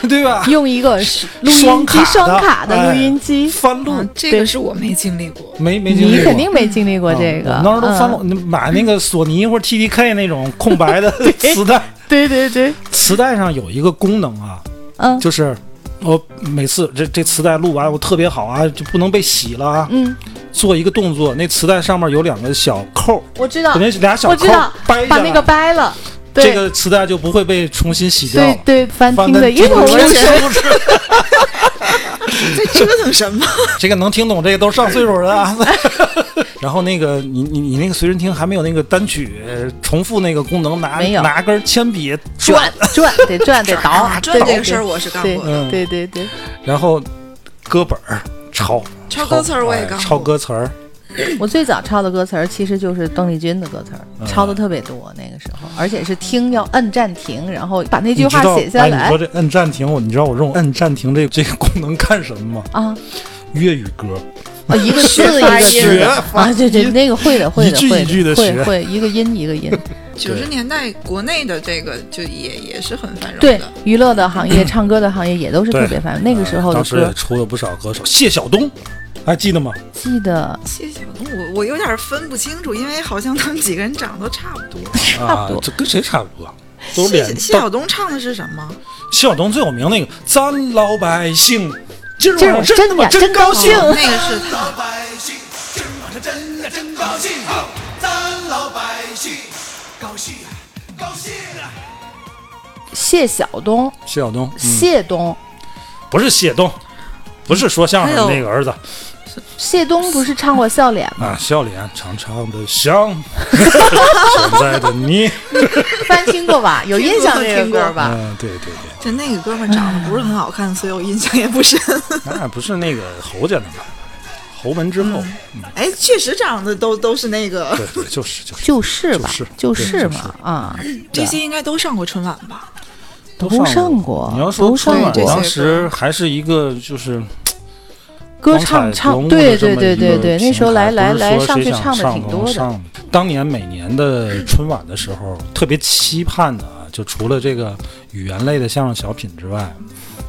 A: 对吧？
C: 用一个是录
A: 双
C: 音
A: 卡
C: 机
A: 的
C: 双卡的
A: 哎
C: 录音机，
A: 翻录
B: 嗯，这个
C: 对
B: 是我没经历过。
A: 没没经历
C: 你
A: 过
C: 肯定没经历过这个。
A: 啊我当时都翻
C: 嗯
A: 了，你买那个索尼或者 TDK 那种空白的磁带，
C: 对对对，
A: 磁带上有一个功能啊，
C: 嗯
A: 就是我每次这这磁带录完我特别好啊，就不能被洗了啊，
C: 嗯，
A: 做一个动作，那磁带上面有两个小扣，
C: 我知道
A: 可，能是俩小
C: 我
A: 扣
C: 知道
A: 掰，下
C: 把
A: 来
C: 那个掰了，
A: 这
C: 对
A: 个磁带就不会被重新洗掉
C: 对
A: 了。
C: 对，翻
A: 翻
C: 听的一
A: 这
C: 头
A: 个
C: 雾水。
A: 不是
B: 在折腾什么？
A: 这个能听懂，这个都上岁数人啊。 然后那个你你你那个随身听还没有那个单曲重复那个功能，拿
C: 没有
A: 拿根铅笔转
C: 转转得转得倒
B: 啊，，这
C: 对
B: 这个事儿我是干
C: 对
B: 过的。
A: 嗯
C: 对对对，
A: 然后歌本儿抄
B: 抄歌词儿我也干
A: 哎
B: 过
A: 抄歌词儿，
C: 我最早抄的歌词儿其实就是邓丽君的歌词
A: 嗯
C: 儿，抄的特别多那个时候，而且是听要摁暂停，然后把那句
A: 你知
C: 话
A: 道
C: 写下
A: 哎、
C: 来
A: 你说这摁暂停，我你知道我用摁暂停这 这个功能干什么吗？
C: 啊，
A: 粤语歌，
C: 哦一个字一个字
A: 学
C: 的啊，对对，那个会的会
A: 一
C: 的
A: 句
C: 会
A: 一句地
C: 的会
A: 学
C: 会一个音一个音，
A: 嗯
B: 九十年代国内的这个就也也是很繁荣
C: 对
B: 的。
C: 娱乐的行 业、唱歌的行业也都是
A: 对呃
C: 特别繁荣。那个时候的
A: 当时也
C: 歌，
A: 出了不少歌手，谢晓东，还记得吗？
C: 记得
B: 谢晓东，我我有点分不清楚，因为好像他们几个人长得都差不多。
C: 差不多
A: 啊，这跟谁差不多？都
B: 谢
A: 脸
B: 谢谢
A: 蛋
B: 晓东唱的是什么？
A: 谢晓东最有名那个“咱老百姓”，今儿
C: 今儿
A: 晚上
C: 我真
A: 真他妈
C: 呀真高
A: 兴
C: 兴。
B: 那个是他，
D: 百姓，今晚上真呀真高兴，咱老百姓高兴高兴啊！
C: 谢晓东、
A: 谢晓东、嗯
C: 谢东、
A: 不是谢东，不是说相声的
B: 还有
A: 那个儿子
C: 谢东不是唱过《笑脸》吗？
A: 啊，笑脸长长的 像现在的你，
C: 翻听 过吧？有印象这个
B: 听过
C: 歌吧？
A: 嗯，对对对。
B: 就那个哥们儿长得不是很好看，所以我印象也不深。
A: 那不是那个侯家的吗？侯门之后，
B: 哎，确实长得都都是那个，
A: 对对，就是就是，
C: 就是吧
A: 就是，
C: 就是
A: 对
C: 嘛啊！
B: 这些应该都上过春晚吧？
A: 都
C: 都上
A: 过。
C: 过
A: 你要说
C: 都上
A: 春晚，
C: 过
A: 当时还是一个就是
C: 歌
A: 光
C: 唱
A: 彩
C: 唱，
A: 夺目的
C: 对
A: 这
C: 对
A: 么
C: 对
A: 一
C: 对
A: 个
C: 对，那
A: 平
C: 时候来
A: 台
C: 来
A: 不是
C: 来
A: 说
C: 上
A: 谁
C: 去
A: 想
C: 唱的
A: 上
C: 挺
A: 不
C: 多的，
A: 上当年每年的春晚的时候，特别期盼的啊，就除了这个语言类的相声小品之外，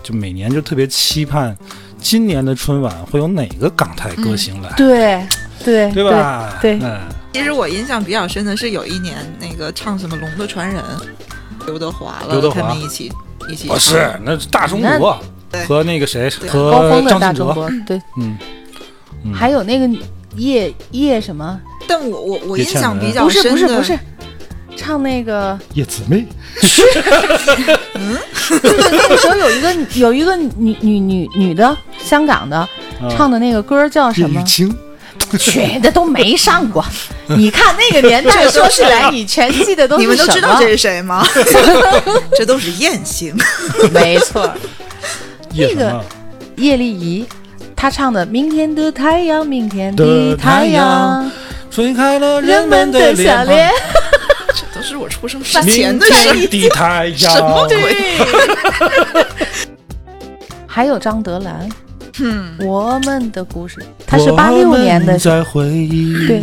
A: 就每年就特别期盼今年的春晚会有哪个港台歌星来，嗯
C: 对对
A: 对吧？
C: 对对
A: 嗯
B: 其实我印象比较深的是有一年那个唱什么《龙的传人》，刘德华了，
A: 刘德华
B: 他们一起一起
A: 不
B: 唱。
A: 是，那是大中
C: 那
A: 国
B: 对
A: 和那个谁
C: 高
A: 和
C: 峰的
A: 张
C: 大
A: 信
C: 中
A: 哲，
C: 国，对，
A: 嗯，嗯
C: 还有那个叶叶什么？
B: 但我我我
A: 叶
B: 印
A: 倩
B: 象
A: 文
B: 比较
C: 不是
B: 深的
C: 不是不是，唱那个
A: 叶子妹，
C: 就是那个时候有一个有一个女女女女的香港的
A: 啊
C: 唱的那个歌叫什
A: 叶
C: 么
A: 玉？卿，
C: 去的都没上过。你看那个年代，说起来你全记得都
B: 你
C: 是
B: 们都
C: 什
B: 知道
C: 么
B: 这？是谁 吗？这都是艳星。
C: 没错，
A: 叶什
C: 那个
A: 么？
C: 叶丽仪。她唱的《明天的太阳，明天的太阳，
A: 吹开了
C: 人
A: 人
C: 们
A: 们
C: 的
A: 的
C: 笑
A: 脸
C: 脸
A: 庞，》。
B: 这都是我出生之前
A: 明
B: 的事
A: 天的太阳。
B: 什么鬼？
C: 还有张德兰，
B: 嗯，
C: 《我们的故事》，她是八六年
A: 我
C: 的
A: 们，在回忆，
C: 对，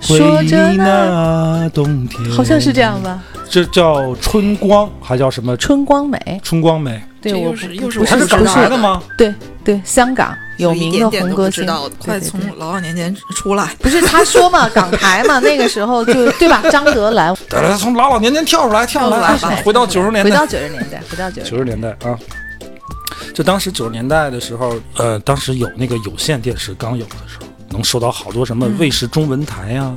A: 回
C: 说着
A: 忆
C: 呢，
A: 那冬天，
C: 好像是这样。吧？
A: 这叫春光，还叫什么春
C: 春光美，
A: 春光美？
C: 对，
B: 这
C: 我
B: 又
C: 不
B: 是又是
C: 不
B: 我
A: 它
C: 是
A: 是港
C: 不
A: 台
C: 是
A: 的吗？
C: 对对，香港有名的
B: 啊一点点
C: 红
B: 都不
C: 歌
B: 知
C: 星
B: 道，，
C: 对
B: 快
C: 对
B: 从
C: 对
B: 老老年间出来。
C: 不是他说嘛，港台嘛，那个时候就对吧？张 德兰
A: 得了，从老老年间跳出来，跳出来
C: 跳出来，
A: 回到九十年
C: 回
A: 代
C: 到。九十年代，回到九十
A: 九十年代啊，就当时九十年代的时候，呃，当时有那个有线电视刚有的时候，能收到好多什
C: 嗯
A: 么卫视中文台呀、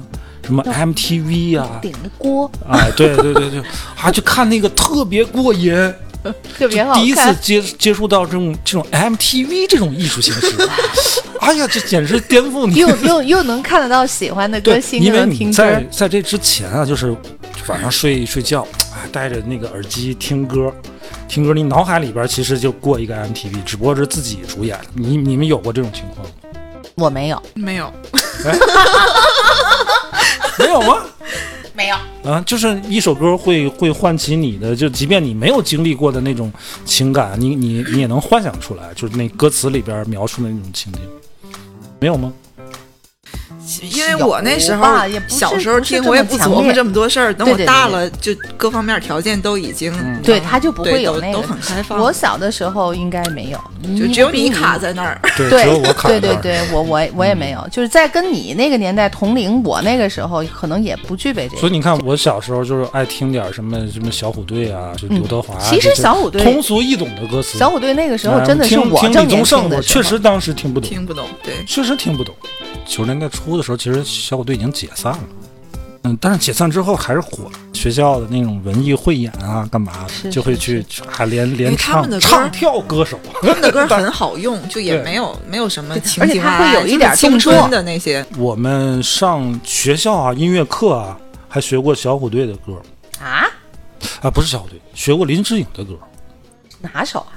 A: 什么 MTV 呀、
C: 顶着锅，
A: 哎，对对对对，啊，就看那个特别过瘾。
C: 特别好
A: 第一次
C: 看。
A: 接接触到这种这种 MTV 这种艺术形式， 哎呀，这简直颠覆你
C: 又。又又能看得到喜欢的歌
A: 对，
C: 星，又
A: 因为
C: 能
A: 你
C: 听
A: 在
C: 歌，
A: 在这之前啊，就是晚上睡睡觉，哎，戴着那个耳机听歌，听歌，你脑海里边其实就过一个 MTV，只不过是自己主演。你你们有过这种情况吗？
C: 我没有，
B: 没有，
A: 没有吗？
C: 没有。
A: 啊，就是一首歌会会唤起你的，就即便你没有经历过的那种情感，你你你也能幻想出来，就是那歌词里边描述的那种情景，没有 吗？
B: 因为我那时候
C: 吧啊也不是
B: 小时候
C: 不是
B: 听，
C: 这么
B: 我也不琢
C: 强
B: 磨
C: 烈
B: 这么多事儿。等
C: 对
B: 我
C: 对对嗯
B: 大了，就各方面条件都已经嗯
C: 对他就不会
B: 对
C: 有
B: 都
C: 那个
B: 都很开放
C: 我嗯小的时候应该没有，
B: 就只有
C: 比
B: 你卡在那儿。
A: 对，
C: 对
A: 只有我卡
C: 对
A: 在这
C: 对
A: 儿。嗯
C: 对，我我我也没有，就是在跟你那个年代同龄，我那个时候可能也不具备这
A: 所
C: 个。
A: 以你看，我小时候就是爱听点什么什么小虎队啊，就刘德华啊、
C: 嗯其实
A: 这些
C: 小虎队
A: 通俗易懂的歌词，
C: 小虎队那个时候真的是
A: 嗯听
C: 我
A: 听
C: 正
A: 李
C: 年
A: 宗
C: 轻
A: 盛，
C: 的
A: 我
C: 时候
A: 确实当时听不懂，
B: 听不懂， 对，
A: 确实听不懂。九十年代初的时候，其实小虎队已经解散了，嗯，但是解散之后还是火了，学校的那种文艺汇演啊，干嘛
C: 是
A: 就会去还连连
B: 为他
A: 唱
B: 们的歌
A: 唱跳歌手，啊
B: 他们的歌很好用，就也
A: 对
B: 没有没有什么情
C: 而且
B: 景
C: 它
B: 啊，
C: 会有
B: 就
C: 一
B: 是
C: 点
B: 青
C: 动作
B: 春的那些。
A: 我们上学校啊音乐课啊还学过小虎队的歌
C: 啊，
A: 啊，不是小虎队，学过林志颖的歌，
C: 哪首啊？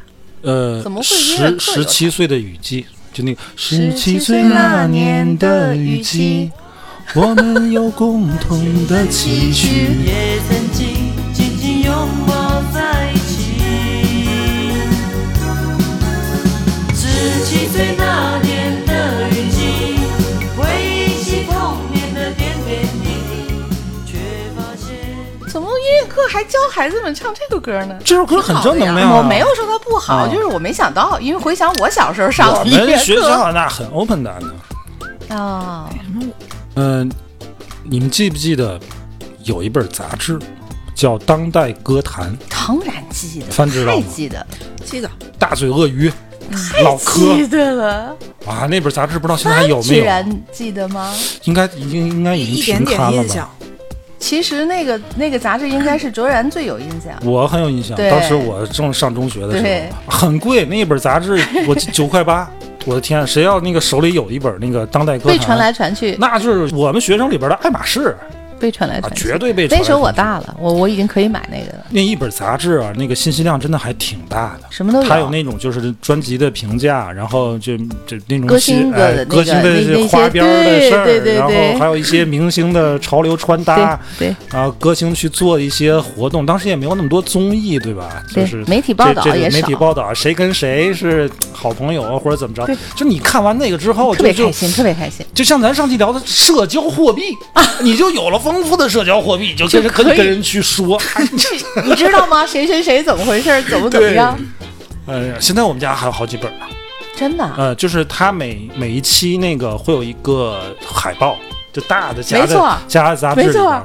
A: 呃
C: 怎么，会音乐课有
A: 十十七岁的雨季，就那个十
C: 17
A: 七
C: 岁
A: 岁
C: 那
A: 那
C: 年
A: 年
C: 的
A: 的雨
C: 雨季
A: 季，我们有共同的期许。
G: 也曾经紧紧拥抱在一起。十七岁那年的雨季，回忆起童年的点点滴滴，却发现。
C: 怎么音乐课还教孩子们唱这个歌呢？
A: 这首歌很正能量、啊，
C: 我没有说它不好，
A: 啊
C: 就是我没想到，因为回想我小时候上
A: 我
C: 的音乐
A: 们
C: 课
A: 学校那很 open 的呢。
C: 啊，
A: 嗯、你们记不记得有一本杂志叫《当代歌坛》？
C: 当然记得，
A: 翻知道
C: 太
A: 吗
C: 记得，
B: 记得
A: 大嘴鳄鱼、老柯
C: 记得啊了，
A: 啊，那本杂志不知道现在还有没
C: 居
A: 有？
C: 然记得吗？
A: 应该已经应该已
B: 一
A: 经
B: 点
A: 停
B: 点
A: 刊了
B: 印
A: 吧
B: 象？，
C: 其实那个那个杂志应该是卓然最有印象，
A: 我很有印象，
C: 对
A: 当时我正上中学的
C: 对
A: 时候，很贵，那本杂志我记九块八，我的天，谁要那个手里有一本那个当代歌
C: 被
A: 坛，
C: 传来传去，
A: 那就是我们学生里边的爱马仕
C: 被传来
A: 啊，
C: 传去，
A: 绝对被传来
C: 那时候我
A: 传去
C: 大了，我我已经可以买那个了。
A: 那一本杂志啊，那个信息量真的还挺大的，
C: 什么都有
A: 它有那种就是专辑的评价，然后就就那种
C: 歌星
A: 是哎
C: 的那个
A: 歌星的
C: 那那些
A: 花边儿的事儿，
C: 对对对
A: 然
C: 对
A: 后还有一些明星的潮流穿 搭，
C: 对
A: 然后歌星去做一些活动，当时也没有那么多综艺，对吧？
C: 对
A: 就是
C: 媒体报道
A: 这这个
C: 也少
A: 媒体报道谁跟谁是好朋友啊，或者怎么着
C: 对？
A: 就你看完那个之后，
C: 对，特
A: 哦就
C: 别开
A: 就
C: 心，特别开心，
A: 就像咱上期聊的社交货 币，你就有了丰富的社交货币，你就跟人
C: 就可以
A: 跟跟人去说。 哎
C: 你知道吗？谁谁谁怎么回事儿？怎么怎么样？
A: 呃，现在我们家还有好几本呢。
C: 真的啊，
A: 呃，就是它每每一期那个会有一个海报，就大的夹
C: 没错
A: 在夹在杂志
C: 没
A: 里
C: 错
A: 边儿。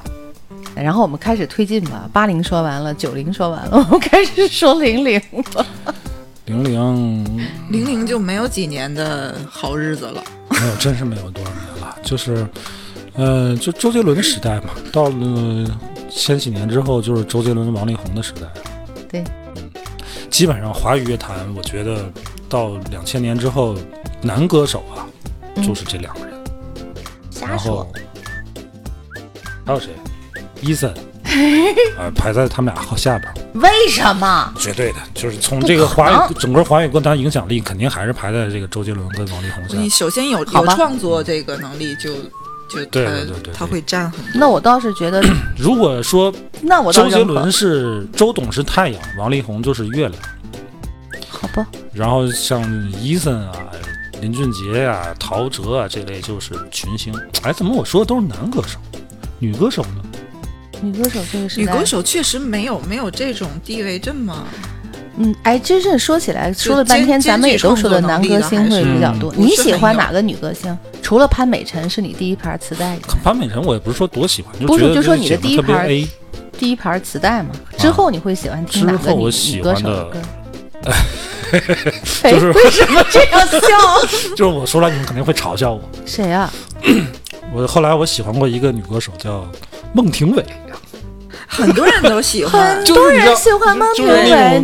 C: 然后我们开始推进吧，八零说完了，九零说完了，我 们开始说零零了。
A: 零零
B: 零零就没有几年的好日子了。
A: 没有，真是没有多少年了。 就是，呃，就周杰伦的时代嘛，到了千禧年之后，就是周杰伦、王力宏的时代了。嗯
C: 对，
A: 基本上华语乐坛，我觉得到两千年之后，男歌手啊，
C: 嗯
A: 就是这两个人。
C: 瞎
A: 然
C: 说
A: 后，还有谁？伊 森，呃，排在他们俩后下边儿，
C: 为什么？
A: 绝对的，就是从
C: 不
A: 这个
C: 可
A: 华语
C: 能
A: 整个华语歌坛影响力，肯定还是排在这个周杰伦跟王力宏上。
B: 你首先有
C: 好
B: 有
C: 吧
B: 创作这个能力就，就
A: 对
B: 他
A: 对对对
B: 他
A: 对
B: 会占很
C: 那我倒是 觉得，
A: 如果说
C: 那我倒
A: 周
C: 是
A: 杰
C: 认可
A: 伦是周董是太阳，王力宏就是月亮，
C: 好吧，
A: 然后像伊森啊、林俊杰啊、陶喆啊这类就是群星。哎，怎么我说的都是男歌手，女歌手呢？
C: 女歌手这个时
B: 女
C: 代，
B: 歌手确实没有没有这种地位这么
C: 嗯，哎，真是说起来，说了半天，
B: 兼
C: 咱们也都说的男歌星会比较
A: 嗯
B: 兼具创作能力的
C: 多。
B: 还是
C: 你喜欢哪个女歌星？除了潘美辰是你第一盘磁带以外，
A: 潘美辰我也不是说多喜欢，就
C: 不是
A: 觉得
C: 就说
A: 这
C: 你的
A: 姐们
C: 第一
A: 特别
C: 盘
A: A。啊
C: 第一盘磁带嘛。之后你会喜欢听哪
A: 之
C: 个
A: 后
C: 女
A: 我
C: 女
A: 喜
C: 歌
A: 欢
C: 手
A: 的
C: 歌？ 哎，
A: 就是
C: 为什么这样笑？
A: 就是我说了，你们肯定会嘲笑我。
C: 谁啊？
A: 我后来我喜欢过一个女歌手叫孟庭苇，
B: 很多人都喜欢
C: 很。
A: 就
C: 多
A: 是你知
C: 人
A: 道
C: 喜欢啊孟庭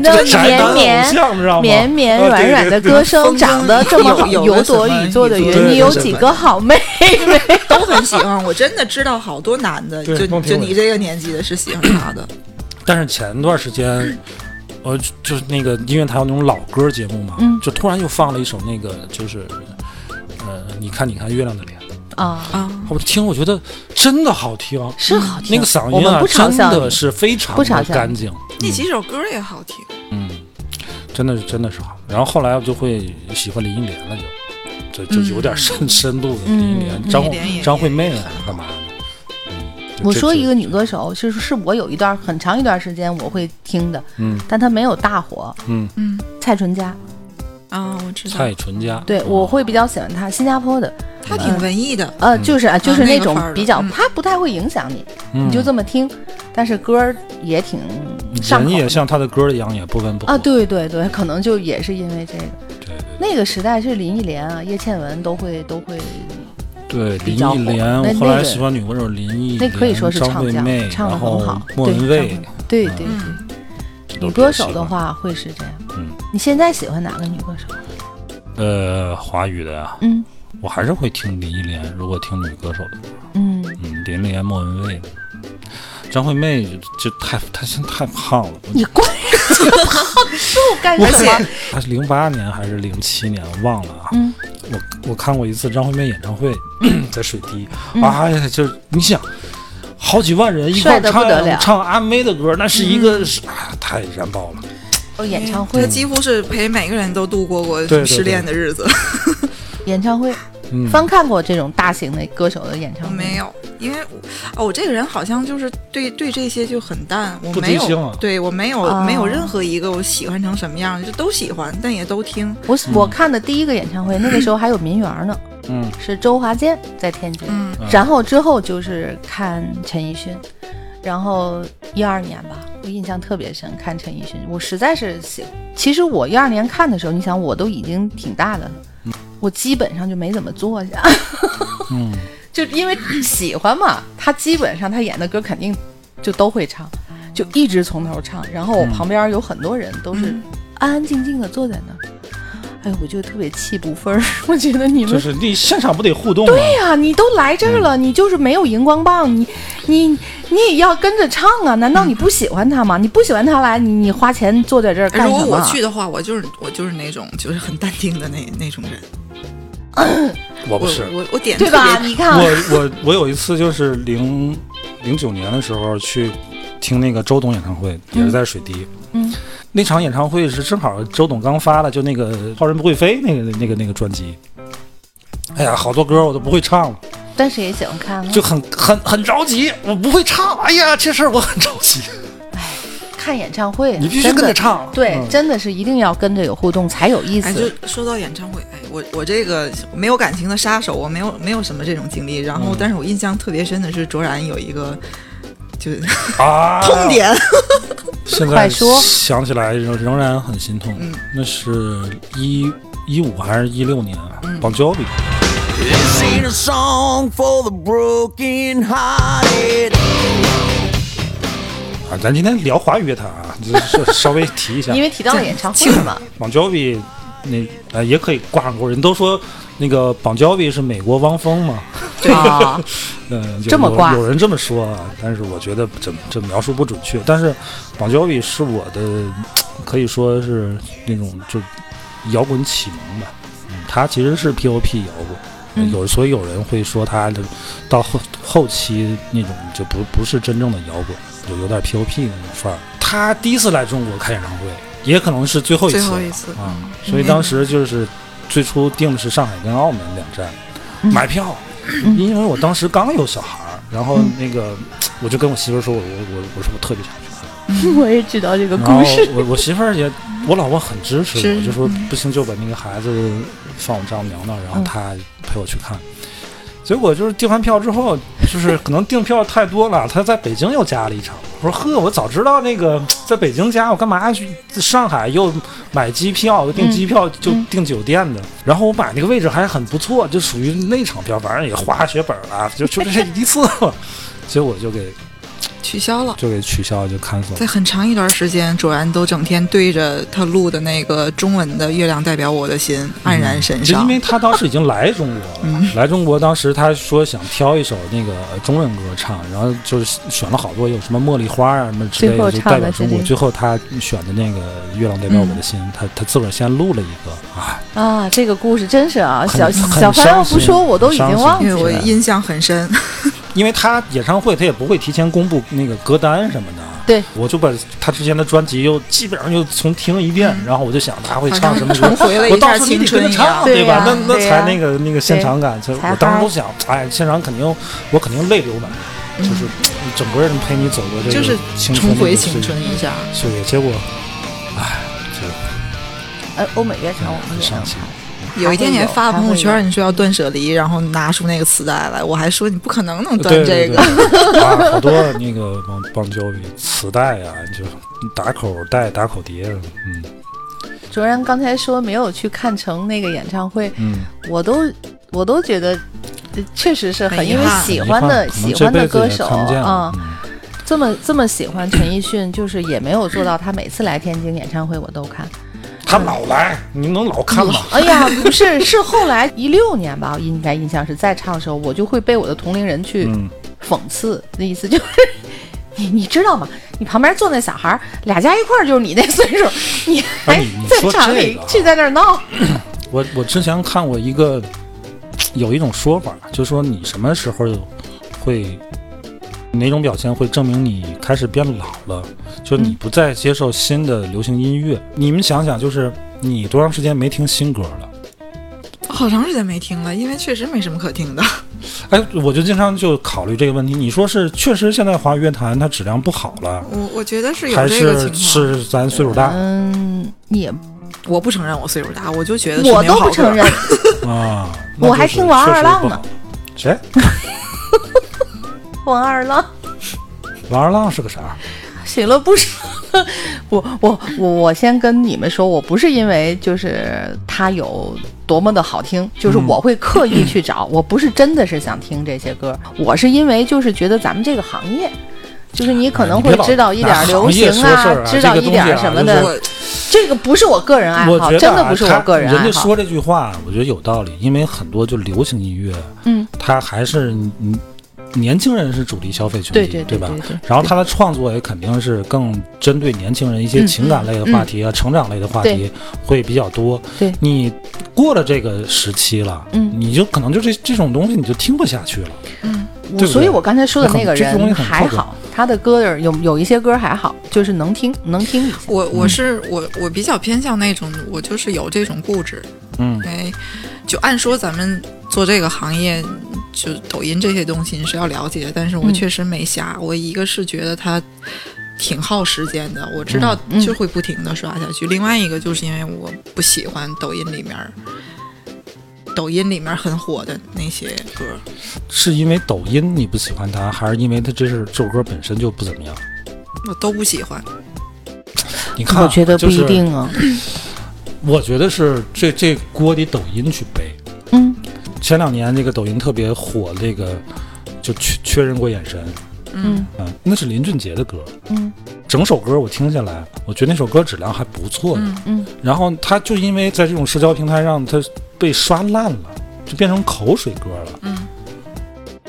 A: 就是那
C: 苇
A: 种
C: 的
A: 宅男
C: 绵
A: 偶
C: 绵
A: 像，啊知道吗？啊
C: 绵绵软软的歌声，长得这么好，
B: 有有的
C: 朵
B: 什么
C: 雨做的
B: 雨
C: 云
B: 做，的
C: 你有
B: 什么
C: 几个好妹妹？
B: 都很喜欢， 我真的知道好多男的，
A: 对
B: 就
A: 孟
B: 就
A: 庭苇
B: 你这个年纪的是喜欢 他的，
A: 但是前段时间，我就就是那个音乐台有那种老歌节目嘛，
C: 嗯
A: 就突然又放了一首那个，就是呃，你看你看月亮的脸，
C: 啊，
A: 我听我觉得真的好听，
C: 是好听
A: 那个嗓
C: 我
A: 音
C: 们
A: 啊
C: 不，嘲
A: 真
C: 笑
A: 的
C: 你
A: 是非常
C: 不嘲
A: 的
C: 笑
A: 干净，
B: 那几首歌也好听。
A: 嗯，真的是真的是好。然后后来我就会喜欢林忆莲了就，就就有点深深度的林忆莲，
C: 嗯
A: 张
B: 林忆
A: 惠
B: 莲也
A: 张惠妹啊，干嘛的？嗯就
C: 我
A: 这
C: 说
A: 这
C: 一个女歌手，是是我有一段很长一段时间我会听的，
A: 嗯
C: 但她没有大火。
A: 嗯，哦
B: 嗯
C: 蔡淳佳，
B: 啊，我知道
A: 蔡，淳佳，
C: 对我会比较喜欢她，新加坡的，
B: 他挺文艺的，
C: 呃，就是啊，就是
B: 啊那个
C: 种
B: 范儿
C: 比较
B: 的，嗯
C: 她不太会影响你，
A: 嗯
C: 你就这么听，但是歌儿也挺
A: 嗯
C: 上
A: 人
C: 口
A: 也
C: 的
A: 像他的歌一样，也不温不火
C: 啊，对对对，可能就也是因为这个，
A: 对
C: 那个时代是林忆莲啊、叶倩文都会都会，
A: 对，
C: 比
A: 林
C: 较
A: 忆
C: 火
A: 莲，
C: 那
A: 我后
C: 那
A: 来
C: 个
A: 喜欢女歌手林忆
C: 那
A: 莲，
C: 可以说是
A: 张
C: 唱
A: 惠
C: 将
A: 妹，，
C: 唱的
A: 然
C: 很
A: 后
C: 好，
A: 莫
C: 对
A: 文
C: 张惠
A: 蔚
C: 妹，对对对，
B: 嗯，
A: 这都
C: 女
A: 比较
C: 歌
A: 喜
C: 手的
A: 欢，
C: 话会是这样。
A: 嗯，
C: 你现在喜欢哪个女歌手？
A: 呃，华语的呀，
C: 嗯
A: 我还是会听林忆莲，如果听女歌手的，
C: 嗯，
A: 嗯，林忆莲、莫文蔚。张惠妹就就太她现在太胖了，
C: 你光瘦干
B: 而
C: 什
B: 且
C: 么？
A: 她是零八年还是零七年我忘了啊。
C: 嗯
A: 我我看过一次张惠妹演唱会， 在水滴，哎呀，就是你想，好几万人一块儿
C: 嗯帅得
A: 唱
C: 不得了嗯
A: 唱阿妹的歌，那是一个是啊，太燃爆了。
C: 哦，演唱
B: 他
C: 会，
B: 几乎是陪每个人都度过过
A: 对对
B: 失恋的日子。
C: 演唱会，
A: 嗯，
C: 翻看过这种大型的歌手的演唱
B: 我
C: 会
B: 没？有，因为我哦，我这个人好像就是对对这些就很淡，我
A: 不
B: 没
A: 追星
B: 有
A: 啊，
B: 对我没有、
C: 哦
B: 没有任何一个我喜欢成什么样，就都喜欢，但也都听。
C: 我我看的第一个演唱会，那个时候还有民园呢，
A: 嗯，
C: 是周华健在天津，
B: 嗯
C: 然后之后就是看陈奕迅，然后一二年吧，我印象特别深，看陈奕迅，我实在是喜，其实我一二年看的时候，你想我都已经挺大的了，我基本上就没怎么坐下，
A: 嗯，
C: 就因为喜欢嘛，他基本上他演的歌肯定就都会唱，就一直从头唱。然后我旁边有很多人都
A: 嗯
C: 是安安静静的坐在那儿，哎呦，我就特别气不分儿。 我觉得你
A: 就
C: 们
A: 是你现场不得互动吗？
C: 对哎呀、你都来这儿了，
A: 嗯
C: 你就是没有荧光棒，你你你也要跟着唱啊？难道你不喜欢他吗？你不喜欢他来，你你花钱坐在这儿干
B: 哎如果
C: 什
B: 我
C: 么啊？
B: 去的话，我就是我就是那种就是很淡定的那那种人。
A: 我哦不
B: 我
A: 是，
B: 我我点
C: 对
B: 特
C: 吧？
B: 别
C: 你看啊，
A: 我我我有一次就是零零九年的时候去听那个周董演唱会，也是在水滴。
C: 嗯，
A: 那场演唱会是正好周董刚发的，就那个《超人不会飞》那个那个那个专辑。哎呀，好多歌我都不会唱了，
C: 但是也喜欢看啊，
A: 就很很很着急，我不会唱。哎呀，这事儿我很着 急，
C: 看演唱会啊，
A: 你必须
C: 真
A: 跟
C: 的
A: 着唱。
C: 对，
A: 嗯
C: 真的是一定要跟着有互动才有意思。
B: 哎，就说到演唱会，哎，我我这个没有感情的杀手，我没有没有什么这种经历。然
A: 嗯
B: 后，但是我印象特别深的是卓然有一个就是
A: 啊，
B: 痛点，
A: 现
C: 快
A: 在
C: 说嗯
A: 想起来仍仍然很心痛。那是一一五还是一六年？Bon 啊
C: 嗯
A: Jovi。
D: This ain't a song for the broken hearted.
A: 啊，咱今天聊华语乐坛啊，就是稍微提一下
C: 因，为提到了演唱会嘛，
A: 邦乔比那呃也可以挂上钩。人都说那个邦乔比是美国汪峰嘛，
C: 啊，
A: 嗯，有
C: 这么挂
A: 有有人这么说啊，但是我觉得这这描述不准确。但是邦乔比是我的，可以说是那种就摇滚启蒙吧。嗯，他其实是 P.O.P 摇滚。呃
C: 嗯
A: 有，所以有人会说他的到后后期那种就不不是真正的摇滚，就有点 P.O.P 那种范儿。他第一次来中国开演唱会，也可能是最后一次
B: 最
A: 了，
B: 后一次
A: 啊，所以当时就是最初定的是上海跟澳门两站，买票，因为我当时刚有小孩儿，然后那个我就跟我媳妇儿说，我我我我说我特别想去看，
C: 我也知道这个
A: 然
C: 故
A: 后
C: 事。
A: 我我媳妇儿也，我老婆很支持
B: 是
A: 我，就说不行就把那个孩子放我丈母娘那儿，然后
C: 嗯
A: 她陪我去看。结果就是订完票之后，就是可能订票太多了，她在北京又加了一场，我说呵，我早知道那个在北京家，我干嘛去上海又买机票，又
C: 嗯
A: 订机票、就订酒店的？然后我买那个位置还很不错，就属于那场票，反正也花血本了，就就这一次嘛。 结果就给
B: 取消了。
A: 就给取消，就 cancel
B: 在
A: 了。
B: 很长一段时间，卓然都整天对着他录的那个中文的《月亮代表我的心》黯然神
A: 嗯就因
B: 伤。
A: 为他当时已经来中国了，
C: 嗯
A: 来中国当时他说想挑一首那个呃中文歌唱，然后就是选了好多，有什么茉莉花啊什么之类
C: 最后
A: 的，就
C: 唱的
A: 代表中国。
C: 是这个嗯
A: 最后他选的那个《月亮代表我的心》，他他自个儿先录了一个，啊，
C: 啊，这个故事真是啊，
A: 很
C: 小
A: 很
C: 小凡要
A: 伤
C: 不
A: 心
C: 说，我都已
A: 很
C: 经
A: 伤
C: 忘
A: 心
C: 记
B: 因为我
C: 了。
B: 印象很深，
A: 因为他演唱会他也不会提前公布那个歌单什么的。
C: 对，
A: 我就把他之前的专辑又基本上又重听一遍，然后我就想他会唱什么歌
B: 嗯重，回了
A: 我
B: 一
A: 到
B: 下
A: 时候你
B: 青
A: 得跟
B: 春
A: 他
B: 一样
A: 唱，。
C: 对呀
A: 吧？那那
C: 对
A: 才
C: 呀
A: 那个那个现场感，所以
C: 才
A: 我当时
C: 嗨
A: 都想，哎，现场肯定我肯定泪流满面，就是整个人陪你走过这个
B: 嗯就是
A: 青春
B: 重
A: 的
B: 回
A: 这个
B: 青春
A: 岁
B: 一下，
A: 月岁月，结果，哎，就
C: 呃，欧美乐场我们
A: 很
C: 也
A: 伤
C: 能
A: 心
C: 看。。
B: 有一天你还发朋友
C: 还会
B: 圈，
C: 有
B: 你说要断舍离，然后拿出那个磁带来，我还说你不可能能哎断
A: 对
B: 这
A: 对
B: 个
A: 对，， 啊，好多那个邦邦交比磁带啊，就打口袋、打口碟，嗯
C: 卓然刚才说没有去看成那个演唱会，
A: 嗯。
C: 我都我都觉得。呃确实是很，
B: 很遗
C: 因为
B: 憾
C: 喜
A: 很
C: 欢的
A: 可能
C: 喜
A: 这
C: 欢的
A: 辈子
C: 歌
A: 也
C: 手
A: 看不见
C: 啊
A: 了，嗯
C: 这么这么喜欢陈奕迅，就是也没有做到他每次来天津演唱会我都看。
A: 他老来，你能老看吗？
C: 哎呀，不是，是后来一六年吧，我应该印象是在唱的时候，我就会被我的同龄人去
A: 嗯
C: 讽刺，那意思就是。 你你知道吗？你旁边坐那小孩儿，俩加一块儿就是你那岁数， 你还
A: 哎你你
C: 在
A: 说这
C: 厂里
A: 个啊
C: 去在那儿闹，嗯
A: 我我之前看过一个，有一种说法，就说你什么时候会哪种表现会证明你开始变老了，就你不再接受新的流行音乐。你们想想，就是你多长时间没听新歌了？
C: 嗯
B: 好长时间没听了，因为确实没什么可听的。
A: 哎，我就经常就考虑这个问题。你说是确实现在华语乐坛它质量不好了，
B: 我我觉得是有
A: 还
B: 这个情
A: 是
B: 况，
A: 是咱岁数大
C: 嗯，也
B: 我不承认我岁数大，我就觉得是
C: 我
B: 没有
C: 都
B: 好歌
C: 不承认。
A: 啊？
C: 我
A: 那
C: 还
A: 就是
C: 听王
A: 确
C: 二
A: 实
C: 浪
A: 不
C: 呢
A: 好。谁？
C: 王二郎
A: 王二浪是个 啥？
C: 行了，不说了。我我我我先跟你们说，我不是因为就是它有多么的好听，就是
A: 嗯
C: 我会刻意去找，我不是真的是想听这些歌，我是因为就是觉得咱们这个行业。就是你可能
A: 哎你
C: 会
A: 别老
C: 知道一点儿
A: 拿
C: 流
A: 行业
C: 行
A: 说事儿啊
C: 知道一点儿什么
A: 这个
C: 的
A: 东，
B: 我
C: 这个不是我个人爱
A: 我
C: 哎好，
A: 觉得、啊、
C: 真的不是我
A: 他
C: 个人爱
A: 人家
C: 好。
A: 说这句话，我觉得有道理，因为很多就流行音乐，
C: 嗯，
A: 它还是嗯年轻人是主力消费群体，
C: 对对对
A: 吧
C: 对对对
A: 然后他的创作也肯定是更针对年轻人一些
C: 嗯
A: 情感类的话题啊、成长类的话题
C: 对
A: 会比较多。
C: 对
A: 你过了这个时期了，
C: 嗯
A: 你就可能就这这种东西你就听不下去了。
C: 我
A: 对不对
C: 所以我刚才说的
A: 很
C: 那个
A: 这东西
C: 人
A: 很
C: 还
A: 靠谱
C: 好，他的歌儿有有一些歌儿还好，就是能听能听一些。
B: 我我是我我比较偏向那种，我就是有这种固执，
A: 嗯
B: 因为就按说咱们做这个行业，就抖音这些东西你是要了解，但是我
C: 嗯
B: 确实没瞎。我一个是觉得它挺耗时间的，我知道
C: 嗯嗯
B: 就会不停的刷下去；另外一个就是因为我不喜欢抖音里面儿。抖音里面很火的那些歌，
A: 是因为抖音你不喜欢它，还是因为它这是这首歌本身就不怎么样？
B: 我都不喜欢。
A: 你看啊，
C: 我觉得不
A: 就是
C: 一定啊，
A: 我觉得是这这锅得抖音去背。
C: 嗯，
A: 前两年那个抖音特别火，那个就确确认过眼神，
C: 嗯
A: 啊、那是林俊杰的歌，
C: 嗯，
A: 整首歌我听下来，我觉得那首歌质量还不错的，
C: 嗯
A: 然后他就因为在这种社交平台上，他被刷烂了，就变成口水歌了，嗯。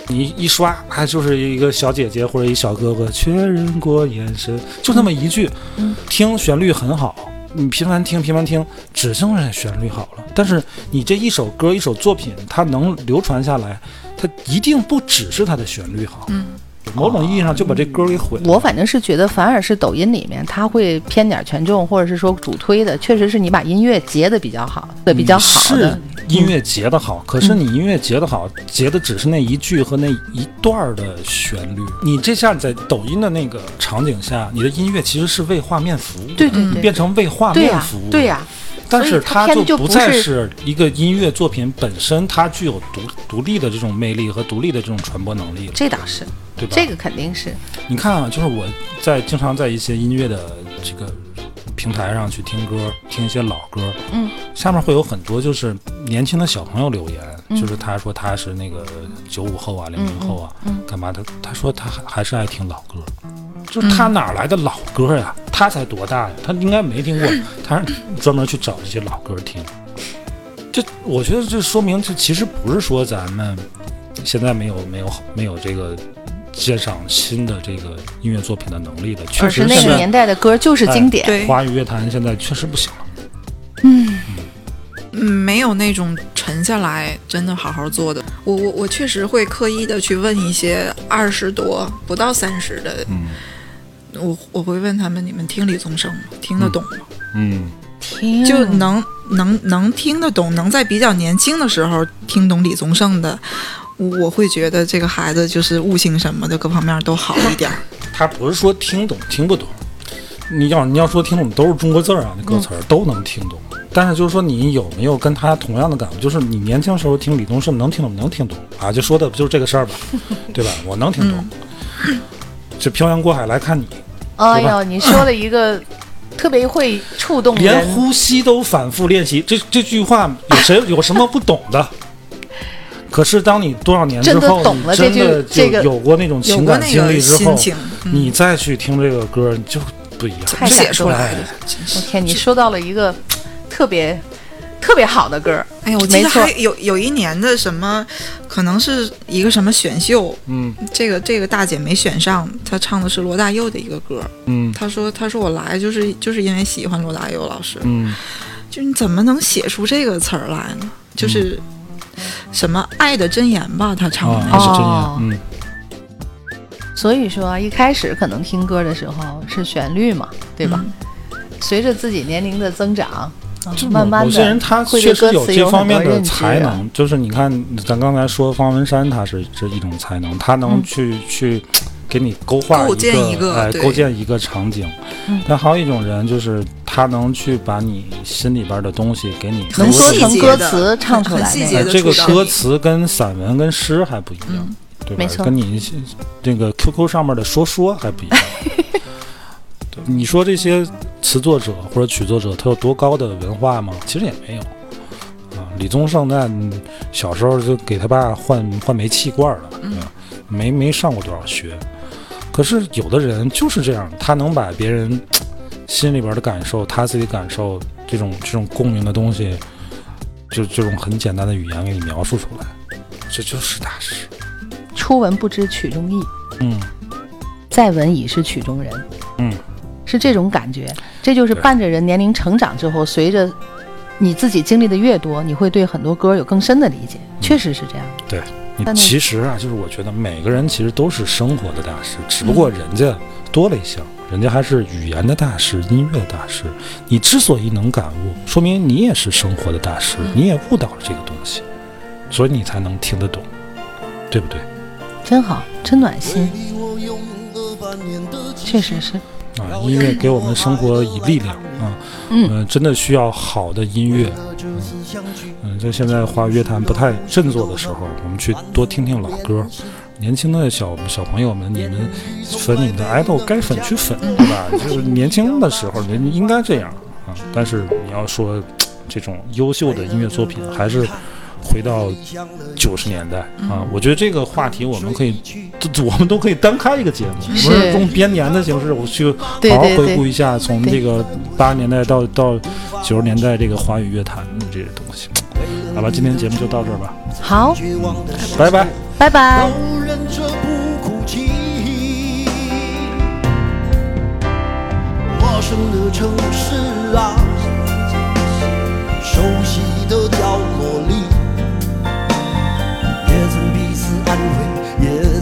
A: 你一刷，还就是一个小姐姐或者一小哥哥确认过眼神，就那么一句，听旋律很好，你频繁听频繁听，只剩下旋律好了。但是你这一首歌一首作品，它能流传下来，它一定不只是它的旋律好。嗯，某种意义上就把这歌给毁了。
C: 我反正是觉得，反而是抖音里面它会偏点权重，或者是说主推的，确实是你把音乐截的比较好的，比较好
A: 嗯
C: 的。嗯
A: 是音乐截的好，可是你音乐截的好，截的只是那一句和那一段儿的旋律。你这下在抖音的那个场景下，你的音乐其实是为画面服务的，
C: 对对对
A: 你变成为画嗯
C: 对
A: 面
C: 呀
A: 服务，
C: 对呀、
A: 但
C: 所
A: 是
C: 以它片
A: 就
C: 子就
A: 不
C: 不
A: 再
C: 是
A: 是一个音乐作品本身，它具有独独立的这种魅力和独立的这种传播能力了，
C: 这倒是，
A: 对吧？
C: 这个肯定是。
A: 你看啊，就是我在经常在一些音乐的这个平台上去听歌，听一些老歌，
C: 嗯，
A: 下面会有很多就是年轻的小朋友留言，
C: 嗯
A: 就是他说他是那个九五后啊、零零后啊，
C: 嗯
A: 干嘛的？他说他还还是爱听老歌，就是他哪来的老歌呀？他才多大呀？他应该没听过， 他是专门去找这些老歌听。这我觉得这说明这其实不是说咱们现在没有没有没有这个鉴赏新的这个音乐作品的能力的，确
C: 而
A: 实哎
C: 是那
A: 现
C: 个
A: 在
C: 年代的歌就是经典，
B: 对
A: 华语乐坛现在确实不行了。
B: 嗯，没有那种沉下来真的好好做的。我我我确实会刻意的去问一些二十多不到三十的，
A: 嗯
B: 我我会问他们：你们听李宗盛吗？听得懂吗？
A: 嗯，
C: 听
B: 就能能能听得懂，能在比较年轻的时候听懂李宗盛的，我会觉得这个孩子就是悟性什么的各方面都好一点儿。
A: 他不是说听懂听不懂，你要你要说听懂都是中国字儿啊，那歌词儿都能听懂。但是就是说，你有没有跟他同样的感悟？就是你年轻时候听李宗盛能听懂，能听懂啊，就说的不就是这个事儿吧， 对吧？我能听懂。这漂洋过海来看你，
C: 哎
A: 对吧
C: 呦，你说了一个特别会触动
A: 连
C: 人，
A: 呼吸都反复练习，这这句话有谁有什么不懂的？可是当你多少年之
C: 真的
A: 后，
C: 懂
A: 你
C: 了
A: 真
C: 这
A: 的
C: 句这
A: 有
C: 个
A: 有过那种
B: 有
A: 情
B: 过
A: 感
B: 那
A: 经
B: 个
A: 历之
B: 心
A: 后，
B: 情，嗯
A: 你再去听这个歌，你就不一样。
C: 太
B: 写
C: 感
B: 出
C: 动了
B: 来的。
C: 我天，你说到了一个特别特别好的歌儿，
B: 哎呀，我记
C: 没
B: 得
C: 错
B: 还有有一年的什么，可能是一个什么选秀，
A: 嗯
B: 这个这个大姐没选上，她唱的是罗大佑的一个歌。
A: 嗯
B: 她说她说我来就是就是因为喜欢罗大佑老师，
A: 嗯
B: 就你怎么能写出这个词儿来呢？就是什么爱的箴言吧，她唱的
A: 啊，
B: 那
A: 还
B: 首
A: 是
C: 哦
A: 这样。嗯，
C: 所以说一开始可能听歌的时候是旋律嘛，对吧？
A: 嗯
C: 随着自己年龄的增长，啊
A: 就
C: 慢慢
A: 某
C: 的
A: 些人他
C: 会
A: 确
C: 对
A: 实
C: 歌词
A: 这方
C: 很多
A: 面的
C: 认知啊
A: 才。能，就是你看咱刚才说方文山，他是这一种才能，他
C: 嗯
A: 能去、去给你勾画
B: 构建一个
A: 哎，
B: 对
A: 构建一个场景。
C: 嗯
A: 但还有一种人就是他能去把你心里边的东西给你
C: 能
A: 勾
C: 说
A: 勒出来
B: 细
C: 成
B: 节
C: 歌
B: 的
C: 词唱出来
B: 很细
C: 那
B: 节
A: 哎
B: 的
A: 这个
B: 触动
A: 歌
B: 你
A: 词跟散文跟诗还不一
C: 嗯
A: 样，对吧？
C: 没错
A: 跟你这个 QQ 上面的说说还 不一样。对你说这些词作者或者曲作者，他有多高的文化吗？其实也没有。啊，李宗盛那小时候就给他爸换换煤气罐了，对吧没没上过多少学。可是有的人就是这样，他能把别人心里边的感受、他自己的感受这种这种共鸣的东西，就这种很简单的语言给你描述出来，这就是大师。
C: 初闻不知曲中意，
A: 嗯，
C: 再闻已是曲中人。
A: 嗯，
C: 是这种感觉，这就是
A: 对
C: 伴着人年龄成长之后，随着你自己经历的越多，你会对很多歌有更深的理解。
A: 嗯
C: 确实是这样，
A: 你
C: 但那
A: 其实啊，就是我觉得每个人其实都是生活的大师，只不过人家多了一项，人家还是语言的大师、音乐的大师。你之所以能感悟，说明你也是生活的大师，你也悟到了这个东西，所以你才能听得懂，对不对？
C: 真好，真暖心。确实是，
A: 啊，音乐给我们生活以力量啊，
C: 嗯
A: 呃真的需要好的音乐，嗯嗯，在现在华语乐坛不太振作的时候，我们去多听听老歌。年轻的小小朋友们，你们粉你们的 idol 该粉去粉，
C: 嗯
A: 对吧？就是年轻的时候，你应该这样啊。但是你要说这种优秀的音乐作品，还是回到九十年代
C: 嗯
A: 啊。我觉得这个话题我们可以，都我们都可以单开一个节目，
C: 是
A: 我们用编年的形式，我去
C: 对
A: 好好
C: 对
A: 回
C: 对
A: 顾一下从
C: 对
A: 这个八十年代到到九十年代这个华语乐坛的这些东西。好吧，今天节目就到这儿吧，
C: 好，
A: 拜拜。
C: 拜拜。
H: 老人这不哭泣。陌生的城市啊，熟悉的角落里，也曾彼此安慰，也